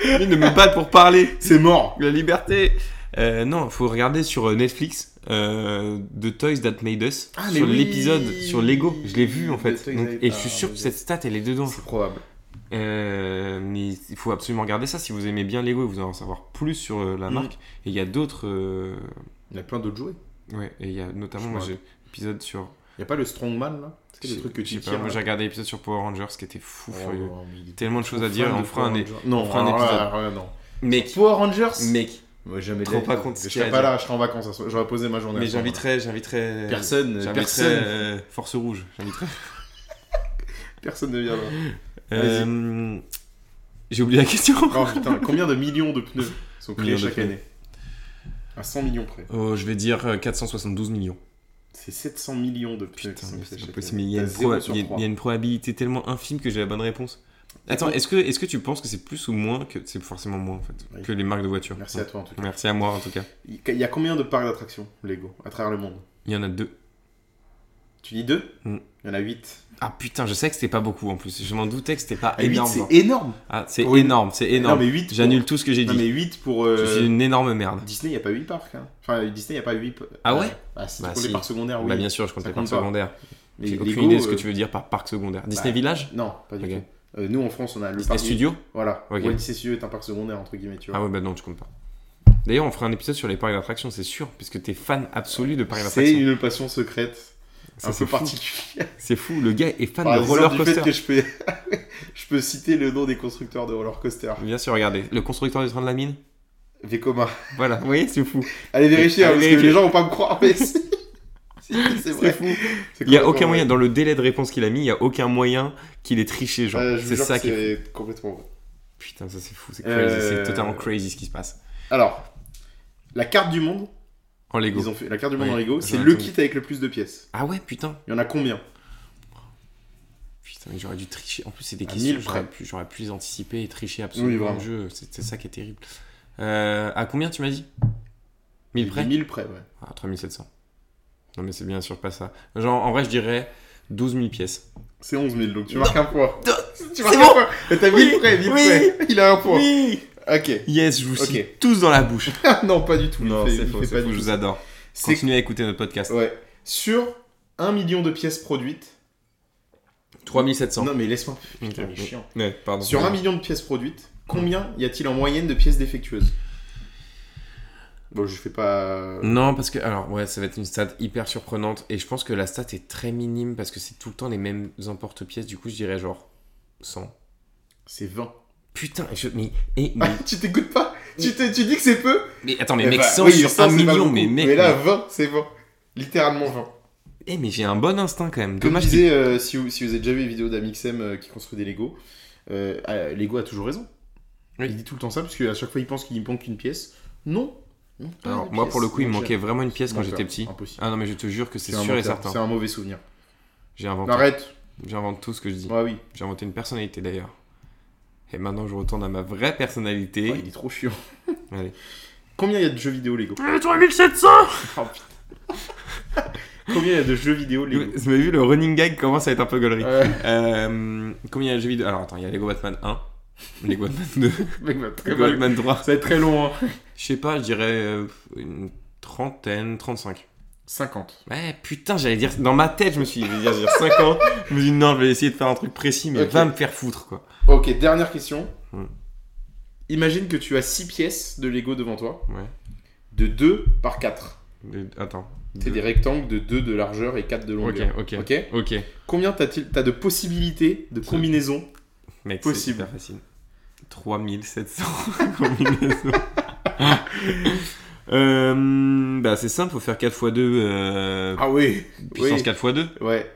Obligé de me battre pour parler. c'est mort La liberté. Euh, non, faut regarder sur euh, Netflix euh, The Toys That Made Us Ah, mais sur oui. l'épisode sur Lego. Je l'ai vu en The fait, Toys Donc, That- et je suis Ah, sûr que Made cette stat elle est dedans. C'est probable. Euh, mais il faut absolument regarder ça si vous aimez bien Lego et vous en savoir plus sur euh, la Mm. marque. Et il y a d'autres. euh, Il y a plein d'autres jouets. Ouais, et il y a notamment, Je moi me j'ai épisode sur. Il y a pas le Strongman là C'est je le sais- truc que je sais tu pas, tires. Moi là j'ai regardé l'épisode sur Power Rangers qui était fou Oh, furieux. mais il est Tellement de choses à trop dire, fan on de fera un Power é- Rangers. Non, on fera un alors là, épisode. alors là, non. Mec, Power Rangers mec, Moi, jamais te de rends la pas vie. compte ce Je qu'il y a serais à pas dire. là, je serais en vacances. à ce- J'aurais posé ma journée. à mais ce moment-là. j'inviterai, j'inviterai. Personne, j'inviterai, personne, euh, Force Rouge, j'inviterai. personne ne viendra. Euh, J'ai oublié la question. Oh putain, combien de millions de pneus sont créés Millions de chaque pneus. année À 100 millions près. Oh, je vais dire euh, 472 millions. C'est 700 millions de pneus qui Putain, sont mais faits c'est pas chaque possible. année. Il y, a T'as une zéro proba- sur il y a- trois. il y a une probabilité tellement infime que j'ai la bonne réponse. Attends, est-ce que, est-ce que tu penses que c'est plus ou moins que. C'est forcément moins en fait. Oui. Que les marques de voitures. Merci à toi en tout cas. Merci à moi en tout cas. Il il y a combien de parcs d'attractions Lego à travers le monde Il y en a deux. Tu dis deux Mm. Il y en a 8. Ah putain, je sais que c'était pas beaucoup en plus. Je m'en doutais que c'était pas Énorme. énorme. c'est genre. énorme. Ah, c'est Pour une- énorme, c'est énorme. Non mais 8. J'annule tout ce que j'ai Non dit. mais 8 pour euh, Je suis une énorme merde. Disney, il n'y a pas 8 parcs. hein. Enfin, Disney, il n'y a pas 8. Ah ouais Ah, si Bah, pour les si. parcs secondaires, oui. Bah bien sûr, je compte Ça les parcs compte pas. secondaires. Mais J'ai Lego, aucune idée de ce que euh, tu veux dire par parc secondaire. Disney Village Non, pas du Ok. tout. Euh, nous en France, on a Bah, le Disney parc. Studio Voilà. Ok. Walt Disney Studio est un parc secondaire, entre guillemets, tu vois. Ah ouais, bah non, tu comptes pas. D'ailleurs, on fera un épisode sur les parcs d'attractions, c'est sûr, puisque t'es fan absolu de parcs c'est d'attractions. une passion secrète, Ça, un c'est peu fou. particulière. C'est fou, le gars est fan Par de exemple, roller du fait coaster. que je peux... je peux citer le nom des constructeurs de roller coaster. Bien sûr, regardez, le constructeur du train de la mine. Vekoma. Voilà, vous voyez, c'est fou. Allez vérifier, hein, Allez parce que vérifier. les gens vont pas me croire, mais si. Si, c'est C'est vrai. fou. C'est Il y a complètement aucun vrai. moyen, dans le délai de réponse qu'il a mis, il y a aucun moyen qu'il ait triché, genre. Euh, je vous c'est jure ça que qui est... c'est complètement vrai. Putain, ça c'est fou, c'est crazy, c'est Euh, totalement crazy ce qui se passe. Alors, la carte du monde, En Lego. ils ont fait la carte du monde Oui, en Lego, c'est j'aurais le entendu. kit avec le plus de pièces. Ah ouais, putain. Il y en a combien Putain, mais j'aurais dû tricher. En plus, c'est des À questions, mille Ah, j'aurais près. pu, j'aurais pu les anticiper et tricher absolument vraiment. le jeu. C'est c'est ça qui est terrible. Euh, à combien tu m'as dit 1000 près 1000 près, ouais. Ah, 3700. Non, mais c'est bien sûr pas ça. Genre, en vrai, je dirais 12 000 pièces. C'est 11 000, donc tu marques un point. Non. Tu marques C'est un bon. point. Mais T'as Oui. vite près, vite Oui. près. Il a un point. Oui Ok. Yes, je vous Ok. cite tous dans la bouche. non, pas du tout. il Non, fait- c'est il faux, fait c'est pas faux, du je tout. vous adore. C'est- Continuez à écouter notre podcast. Ouais. Sur 1 million de pièces produites. 3700. Non, mais laisse-moi. Putain, Ok. il est chiant. Ouais, pardon. Sur 1 million de pièces produites, combien y a-t-il en moyenne de pièces défectueuses Bon, je fais pas. Non, parce que, alors, ouais, ça va être une stat hyper surprenante. Et je pense que la stat est très minime parce que c'est tout le temps les mêmes emporte-pièces. Du coup, je dirais genre 100. C'est 20. Putain, je- mais, et- mais, Ah, tu t'écoutes pas tu, te- tu dis que c'est peu mais attends, mais Eh mec, bah, 100 oui, sur 1 c'est pas million, beaucoup. mais mec. Mais là, mais- 20, c'est 20. Littéralement 20. eh, mais j'ai un bon instinct quand même. Comme je Dommage. qu'il- disais, euh, si, vous, si vous avez déjà vu les vidéos d'Amixem euh, qui construit des Lego, euh, ah, Lego a toujours raison. Oui. Il dit tout le temps ça parce qu'à chaque fois il pense qu'il manque une pièce. Non. Non, pas Alors, une moi, pièce. pour le coup, il me Donc, manquait vraiment une pièce quand menteur, j'étais petit. Impossible. Ah non, mais je te jure que c'est un sûr et menteur, C'est certain. un mauvais souvenir. J'ai inventé. Arrête. J'invente tout ce que je dis. Ouais, oui. J'ai inventé une personnalité d'ailleurs. Et maintenant, je retourne à ma vraie personnalité. Ouais, Ah, il est trop chiant. Allez. Ah, Combien il y a de jeux vidéo Lego 3700 Oh, putain. Combien il y a de jeux vidéo Vous Lego avez vu, le running gag commence à être un peu gaulerie. Ouais, Euh, combien il y a de jeux vidéo Alors attends, il y a Lego Batman 1, Lego Batman 2, mec, bah, très Lego mal. Batman 3. Ça va être très long. hein. Je sais pas, je dirais euh, une trentaine, 35. 50. Ouais, putain, j'allais dire. Dans ma tête, je me suis dit, je vais dire, je vais dire 5 ans. Je me suis dit, non, je vais essayer de faire un truc précis, mais Ok. va me faire foutre, quoi. Ok, dernière question. Hmm. Imagine que tu as 6 pièces de Lego devant toi. Ouais. de 2 par 4. Mais Attends. C'est des rectangles de 2 de largeur et 4 de Ok, longueur. ok. Ok. Ok, Combien t'as-t-il- t'as de possibilités de combinaisons mec, c'est Possible. hyper facile. 3700 combinaisons. Euh, bah, c'est simple, faut faire 4 x 2, euh, Ah oui puissance oui. 4 x 2. Ouais.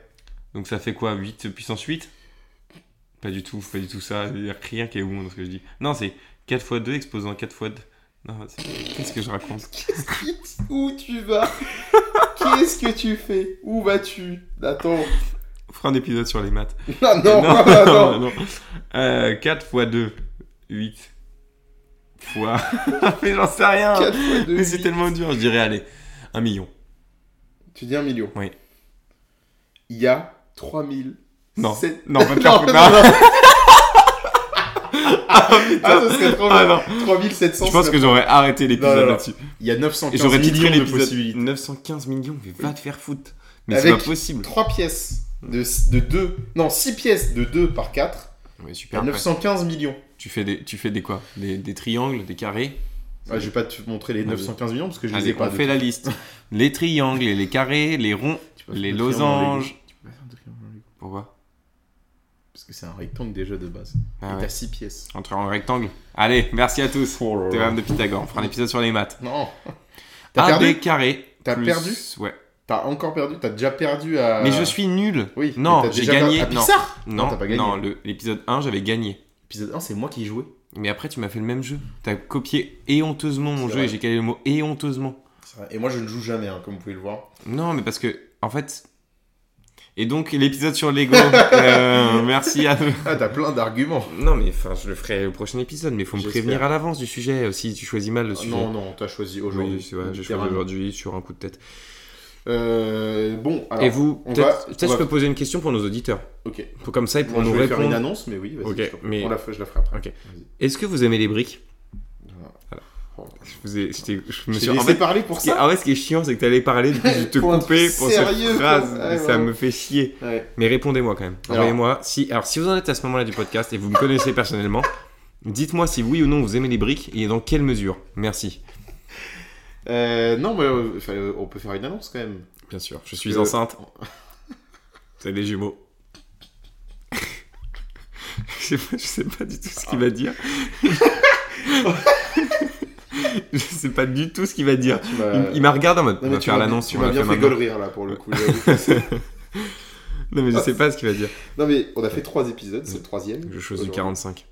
Donc ça fait quoi 8 puissance 8 Pas du tout, pas du tout ça. Il n'y a rien qui est bon dans ce que je dis. Non, c'est 4 x 2 exposant 4 x 2. Non, c'est- qu'est-ce que je raconte Où tu vas Qu'est-ce que tu fais Où vas-tu Attends. On fera un épisode sur les maths. Non, non, non, non, non. non. Euh, 4 x 2, 8 fois. Mais j'en sais rien. 4 fois 2. Mais c'est tellement dur, je dirais, allez, 1 million. Tu dis un million. Oui. Il y a 3000. Non. sept- Non, pas de non, faire- non, non. non. Ah, Ah, Putain. ce serait trop Ah, bien. non. 3700. Je pense que j'aurais arrêté Non, non, l'épisode non. là-dessus. Il y a 915 J'aurais titré millions de l'épisode possibilités. 915 millions, mais va te faire foutre. Mais c'est Avec- pas possible. 3 pièces de, de 2, non 6 pièces de 2 par 4, Ouais, super. à après. 915 millions. Tu fais des, tu fais des quoi des, des triangles, des carrés Ah, je vais pas te montrer les Vas-y. 915 millions parce que je les Allez, ai pas. on fait la liste. les triangles et les carrés, les ronds, Tu peux pas les faire un triangle dans losanges. Lego. Tu peux pas faire un triangle dans Lego. Pourquoi Parce que c'est un rectangle déjà de base. Ah Et ouais. Oh t'as 6 pièces. Un triangle rectangle. Allez, merci à tous. Oh Théorème de Pythagore. On fera un épisode sur les maths. Non T'as A, perdu B, carré. T'as plus- perdu Ouais. T'as encore perdu T'as déjà perdu à. Mais je suis nul. Oui, Non, mais t'as j'ai déjà gagné. perdu À Non. Pixar Non, t'as pas gagné. non, le- l'épisode 1, j'avais gagné. Épisode 1, c'est moi qui ai joué. Mais après, tu m'as fait le même jeu. T'as copié et honteusement mon C'est jeu vrai. et j'ai calé le mot et honteusement. C'est vrai. Et moi je ne joue jamais, hein, comme vous pouvez le voir. Non, mais parce que, en fait. Et donc, l'épisode sur Lego. euh, merci à. Ah, t'as plein d'arguments. Non, mais enfin, je le ferai au prochain épisode, mais faut me J'espère. prévenir à l'avance du sujet euh, si tu choisis mal le Ah, sujet. non, non, t'as choisi aujourd'hui. Oui, c'est vrai, j'ai choisi littéralement. aujourd'hui sur un coup de tête. Euh, bon, alors. Et vous, on va- peut-être on peut-être va- je peux poser une question pour nos auditeurs. Ok. Pour, comme ça, ils Moi, pourront je nous vais faire une répondre. annonce, mais oui, vas-y. Ok, je t'en prie. mais- On la fait, je la ferai après. Ok. Vas-y. Est-ce que vous aimez les briques Voilà. Voilà. Oh, Je, vous ai- j'étais- je me Je t'ai suis en laissé fait, parler pour ce qui est- ça. en fait, ce qui est chiant, c'est que t'allais parler, du coup, je te Pour un coupais truc pour cette sérieux, quoi. phrase. Ouais, ça ouais. me fait chier. Ouais. Mais répondez-moi quand même. Alors. Envoyez-moi. Si, alors, si vous en êtes à ce moment-là du podcast et vous me connaissez personnellement, dites-moi si oui ou non vous aimez les briques et dans quelle mesure. Merci. Euh, non, mais euh, fallait- on peut faire une annonce quand même. Bien sûr. Je suis que- enceinte. C'est des jumeaux. je, sais pas, je sais pas du tout ce qu'il va dire. je sais pas du tout ce qu'il va dire. Tu Il, il m'a regardé en mode. Non, on mais va tu faire m'as- l'annonce. Tu on m'as la bien fait fait maintenant. golerie là pour le coup. j'avoue. Non mais je sais pas ce qu'il va dire. non mais on a fait trois épisodes, c'est le troisième. Je chose du Aujourd'hui. 45.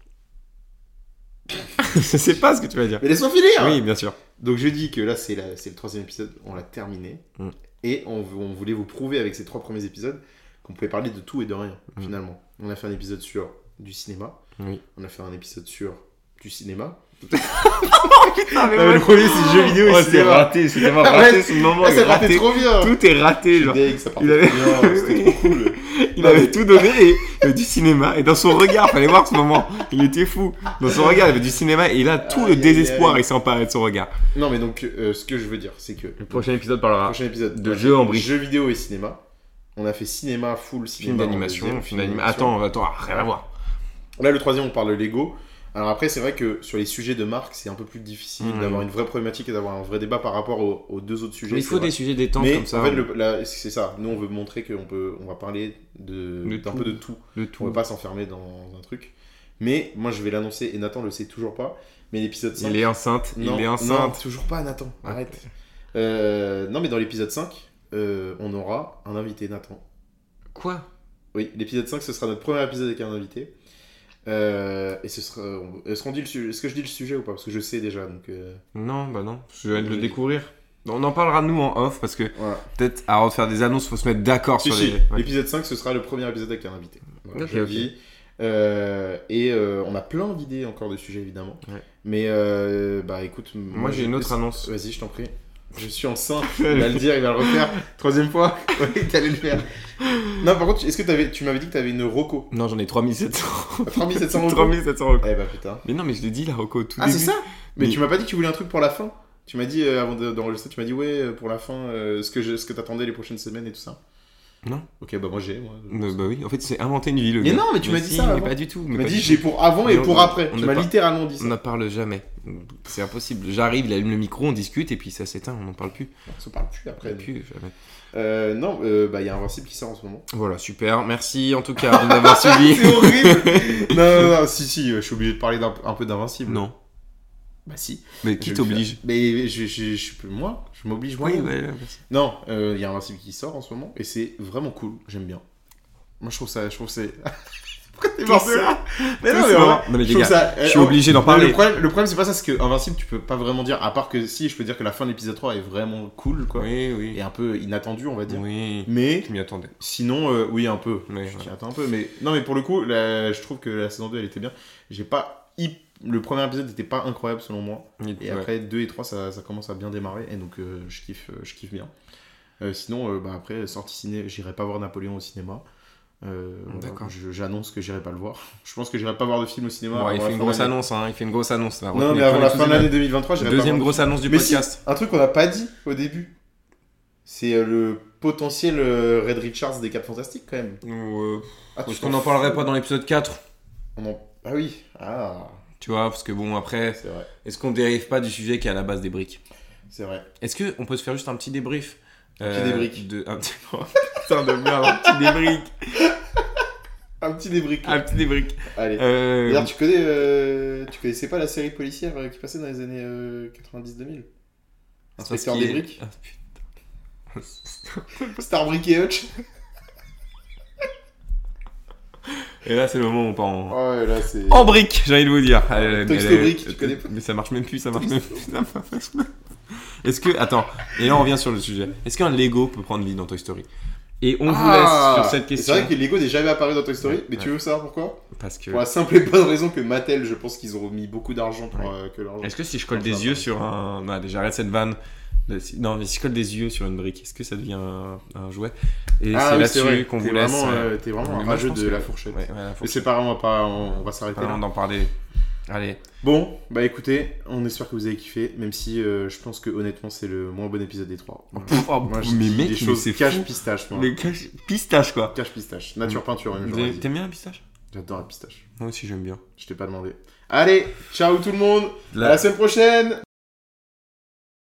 je sais pas ce que tu vas dire. Mais laisse-moi finir. Oui, bien sûr. Donc je dis que là c'est la- c'est le troisième épisode, on l'a terminé Mm. et on, vou- on voulait vous prouver avec ces trois premiers épisodes qu'on pouvait parler de tout et de rien Mm. finalement. On a fait un épisode sur du cinéma, Oui. on a fait un épisode sur du cinéma. le premier c'est jeux vidéo et Oh, c'est cinéma. raté, c'est tellement Ah ouais. raté ce moment, Ah, il est ça partait raté. trop bien. Tout est raté, genre. Deg, ça partait Il avait- trop bien, c'était Oui. trop cool. Il avait tout donné et euh, du cinéma. Et dans son regard, fallait voir ce moment. Il était fou. Dans son regard, il avait du cinéma. Et là, tout Aïe, le aïe, désespoir, aïe. il s'emparait de son regard. Non, mais donc, euh, ce que je veux dire, c'est que. Le prochain épisode parlera prochain épisode. de jeux en briques. Jeux vidéo et cinéma. On a fait cinéma, full cinéma. film en d'animation, deuxième, film d'animation. Attends, attends, rien à voir. Là, le troisième, on parle de Lego. Alors après, c'est vrai que sur les sujets de marque, c'est un peu plus difficile Mmh. d'avoir une vraie problématique et d'avoir un vrai débat par rapport aux, aux deux autres sujets. Il c'est faut vrai. des sujets détentes Mais comme ça. hein. en fait, le- la- c'est ça. Nous, on veut montrer qu'on peut, on va parler de, De d'un tout. peu de tout. de On tout. va pas s'enfermer dans un truc. Mais moi, je vais l'annoncer et Nathan le sait toujours pas. Mais l'épisode 5. Il est enceinte, Non, il est Non, enceinte. Ah, toujours pas, Nathan. Arrête. Euh, non, mais dans l'épisode 5, euh, on aura un invité, Nathan. Quoi Oui, l'épisode 5, ce sera notre premier épisode avec un invité. Euh, et ce sera. on- Est-ce qu'on dit le sujet Est-ce que je dis le sujet ou pas Parce que je sais déjà, donc. euh, Non, bah non, je viens de le Oui. découvrir. On en parlera nous en off parce que voilà. peut-être avant de faire des annonces, faut se mettre d'accord Si, Ah, sur si, les. Ouais. L'épisode 5, ce sera le premier épisode avec un invité. Voilà, Ok, je le ok. dis. Euh, et euh, on a plein d'idées encore de sujets, évidemment. Ouais. Mais euh, bah écoute. Moi j'ai une autre annonce. Vas-y, je t'en prie. Je suis enceinte. Il va le dire, il va le refaire. Troisième fois. Oui, t'allais le faire. Non, par contre, est-ce que t'avais- tu m'avais dit que t'avais une Roco Non, j'en ai 3700. Ah, 3700 Roco 3700 euros. Eh bah putain. Mais non, mais je l'ai dit là, Rocco, au tout Ah, c'est début. ça Mais, Mais- tu m'as pas dit que tu voulais un truc pour la fin Tu m'as dit, euh, avant de- d'enregistrer, tu m'as dit, ouais, euh, pour la fin, euh, ce que, je- ce que t'attendais les prochaines semaines et tout ça. Non. Ok, bah moi j'ai, moi. Euh, bah oui, en fait, c'est inventé une vie, le Mais gars. non, mais tu m'as dit si, ça Mais avant. pas du tout. Tu mais m'as pas dit, du j'ai tout. pour avant et Mais on- pour après. on Tu ne m'as parle- littéralement dit On ça. n'en parle jamais. C'est impossible. J'arrive, il allume le micro, on discute, et puis ça s'éteint, on n'en parle plus. On se parle plus après. Plus, jamais. Euh, non, euh, bah il y a Invincible qui sort en ce moment. Voilà, super. Merci en tout cas de m'avoir suivi. C'est horrible non, non, non, si, si, euh, je suis obligé de parler d'un un peu d'Invincible. Non. Bah si. Mais qui Je vais t'oblige faire- Mais je, je, je, suis plus- moi, je m'oblige moi. Oui, ouais, ouais, merci. Non, euh, il y a Invincible qui sort en ce moment et c'est vraiment cool, j'aime bien. Moi je trouve ça, je trouve que c'est... Pourquoi t'es mort de ça. rire Mais Tout non, mais ça. en vrai, Non, mais les je trouve gars, ça- je euh, suis en- obligé d'en Non, Le parler. problème, le problème c'est pas ça, c'est que Invincible tu peux pas vraiment dire, à part que si, je peux dire que la fin de l'épisode 3 est vraiment cool quoi. Oui, oui. Et un peu inattendue on va dire. Oui. Mais Je m'y attendais. Sinon, euh, oui, un peu. Mais je voilà. t'y attends un peu. Mais non, mais pour le coup, la- je trouve que la saison 2, elle était bien. J'ai pas. hip- Le premier épisode n'était pas incroyable selon moi. Et Ouais. après 2 et 3, ça, ça commence à bien démarrer. Et donc, euh, je, kiffe, euh, je kiffe bien. Euh, sinon, euh, bah, après, sortie ciné, j'irai pas voir Napoléon au cinéma. Euh, voilà, D'accord. je- J'annonce que j'irai pas le voir. Je pense que j'irai pas voir de film au cinéma. Bon, il avant fait la une fin grosse de l'année. annonce, hein. Il fait une grosse annonce. là. Non, Retenez mais avant plein la de fin de choses. l'année 2023, j'irai pas voir Deuxième de grosse annonce du Mais si. podcast. un truc qu'on n'a pas dit au début, c'est euh, le potentiel euh, Red Richards des 4 Fantastiques quand même. Ou, euh, Ah, tu Parce t'en qu'on n'en fous. parlerait pas dans l'épisode 4. On en- Ah oui, ah, Tu vois, parce que bon, après, c'est vrai, est-ce qu'on dérive pas du sujet qui est à la base des briques c'est vrai. Est-ce que on peut se faire juste un petit débrief Un petit débrief. De... Un petit... Oh, Putain de merde, un petit débrief. Un petit débric. Un petit débrief. Allez. Euh, D'ailleurs, tu connais, euh, tu connaissais pas la série policière euh, qui passait dans les années 90-2000 Inspecteur qui est- Débric Ah, putain. Starbrick et Hutch Et là, c'est le moment où on part en... Oh, ouais, là, c'est. En brique, j'ai envie de vous dire. Toxico elle est- brique, tu connais pas Mais ça marche même plus, ça marche même plus. ça marche même plus. Est-ce que. Attends, et là on revient sur le sujet. Est-ce qu'un Lego peut prendre vie dans Toy Story Et on vous Ah laisse sur cette question. C'est vrai que Lego n'est jamais apparu dans Toy Story, Ouais, mais tu veux savoir pourquoi Parce que. Pour la simple et bonne raison que Mattel, je pense qu'ils ont mis beaucoup d'argent pour Ouais. euh, que l'argent. Est-ce que si je colle des yeux sur un. Non, déjà, arrête cette vanne. Le- si- Non, mais si je colle des yeux sur une brique, est-ce que ça devient un, un jouet Et Ah c'est oui, vrai. là-dessus qu'on T'es vous laisse. Vraiment, euh, euh, T'es vraiment mais un moi, je rageux pense de que- la fourchette. ouais, ouais, la Mais c'est fourchette. Ah pas grave, on va pas- on on va s'arrêter Pas là. vraiment d'en parler. Allez, Bon, bah écoutez, on espère que vous avez kiffé, même si euh, je pense que honnêtement c'est le moins bon épisode des trois. Oh, pff, oh, Moi, je mais dis mec, des mais choses c'est cache fou. pistache, moi. les Mm. caches- pistache quoi. Cache pistache, nature peinture, même j'aurais dit. T'aimes bien la pistache J'adore la pistache. Moi aussi, j'aime bien. Je t'ai pas demandé. Allez, ciao tout le monde, La- à la semaine prochaine.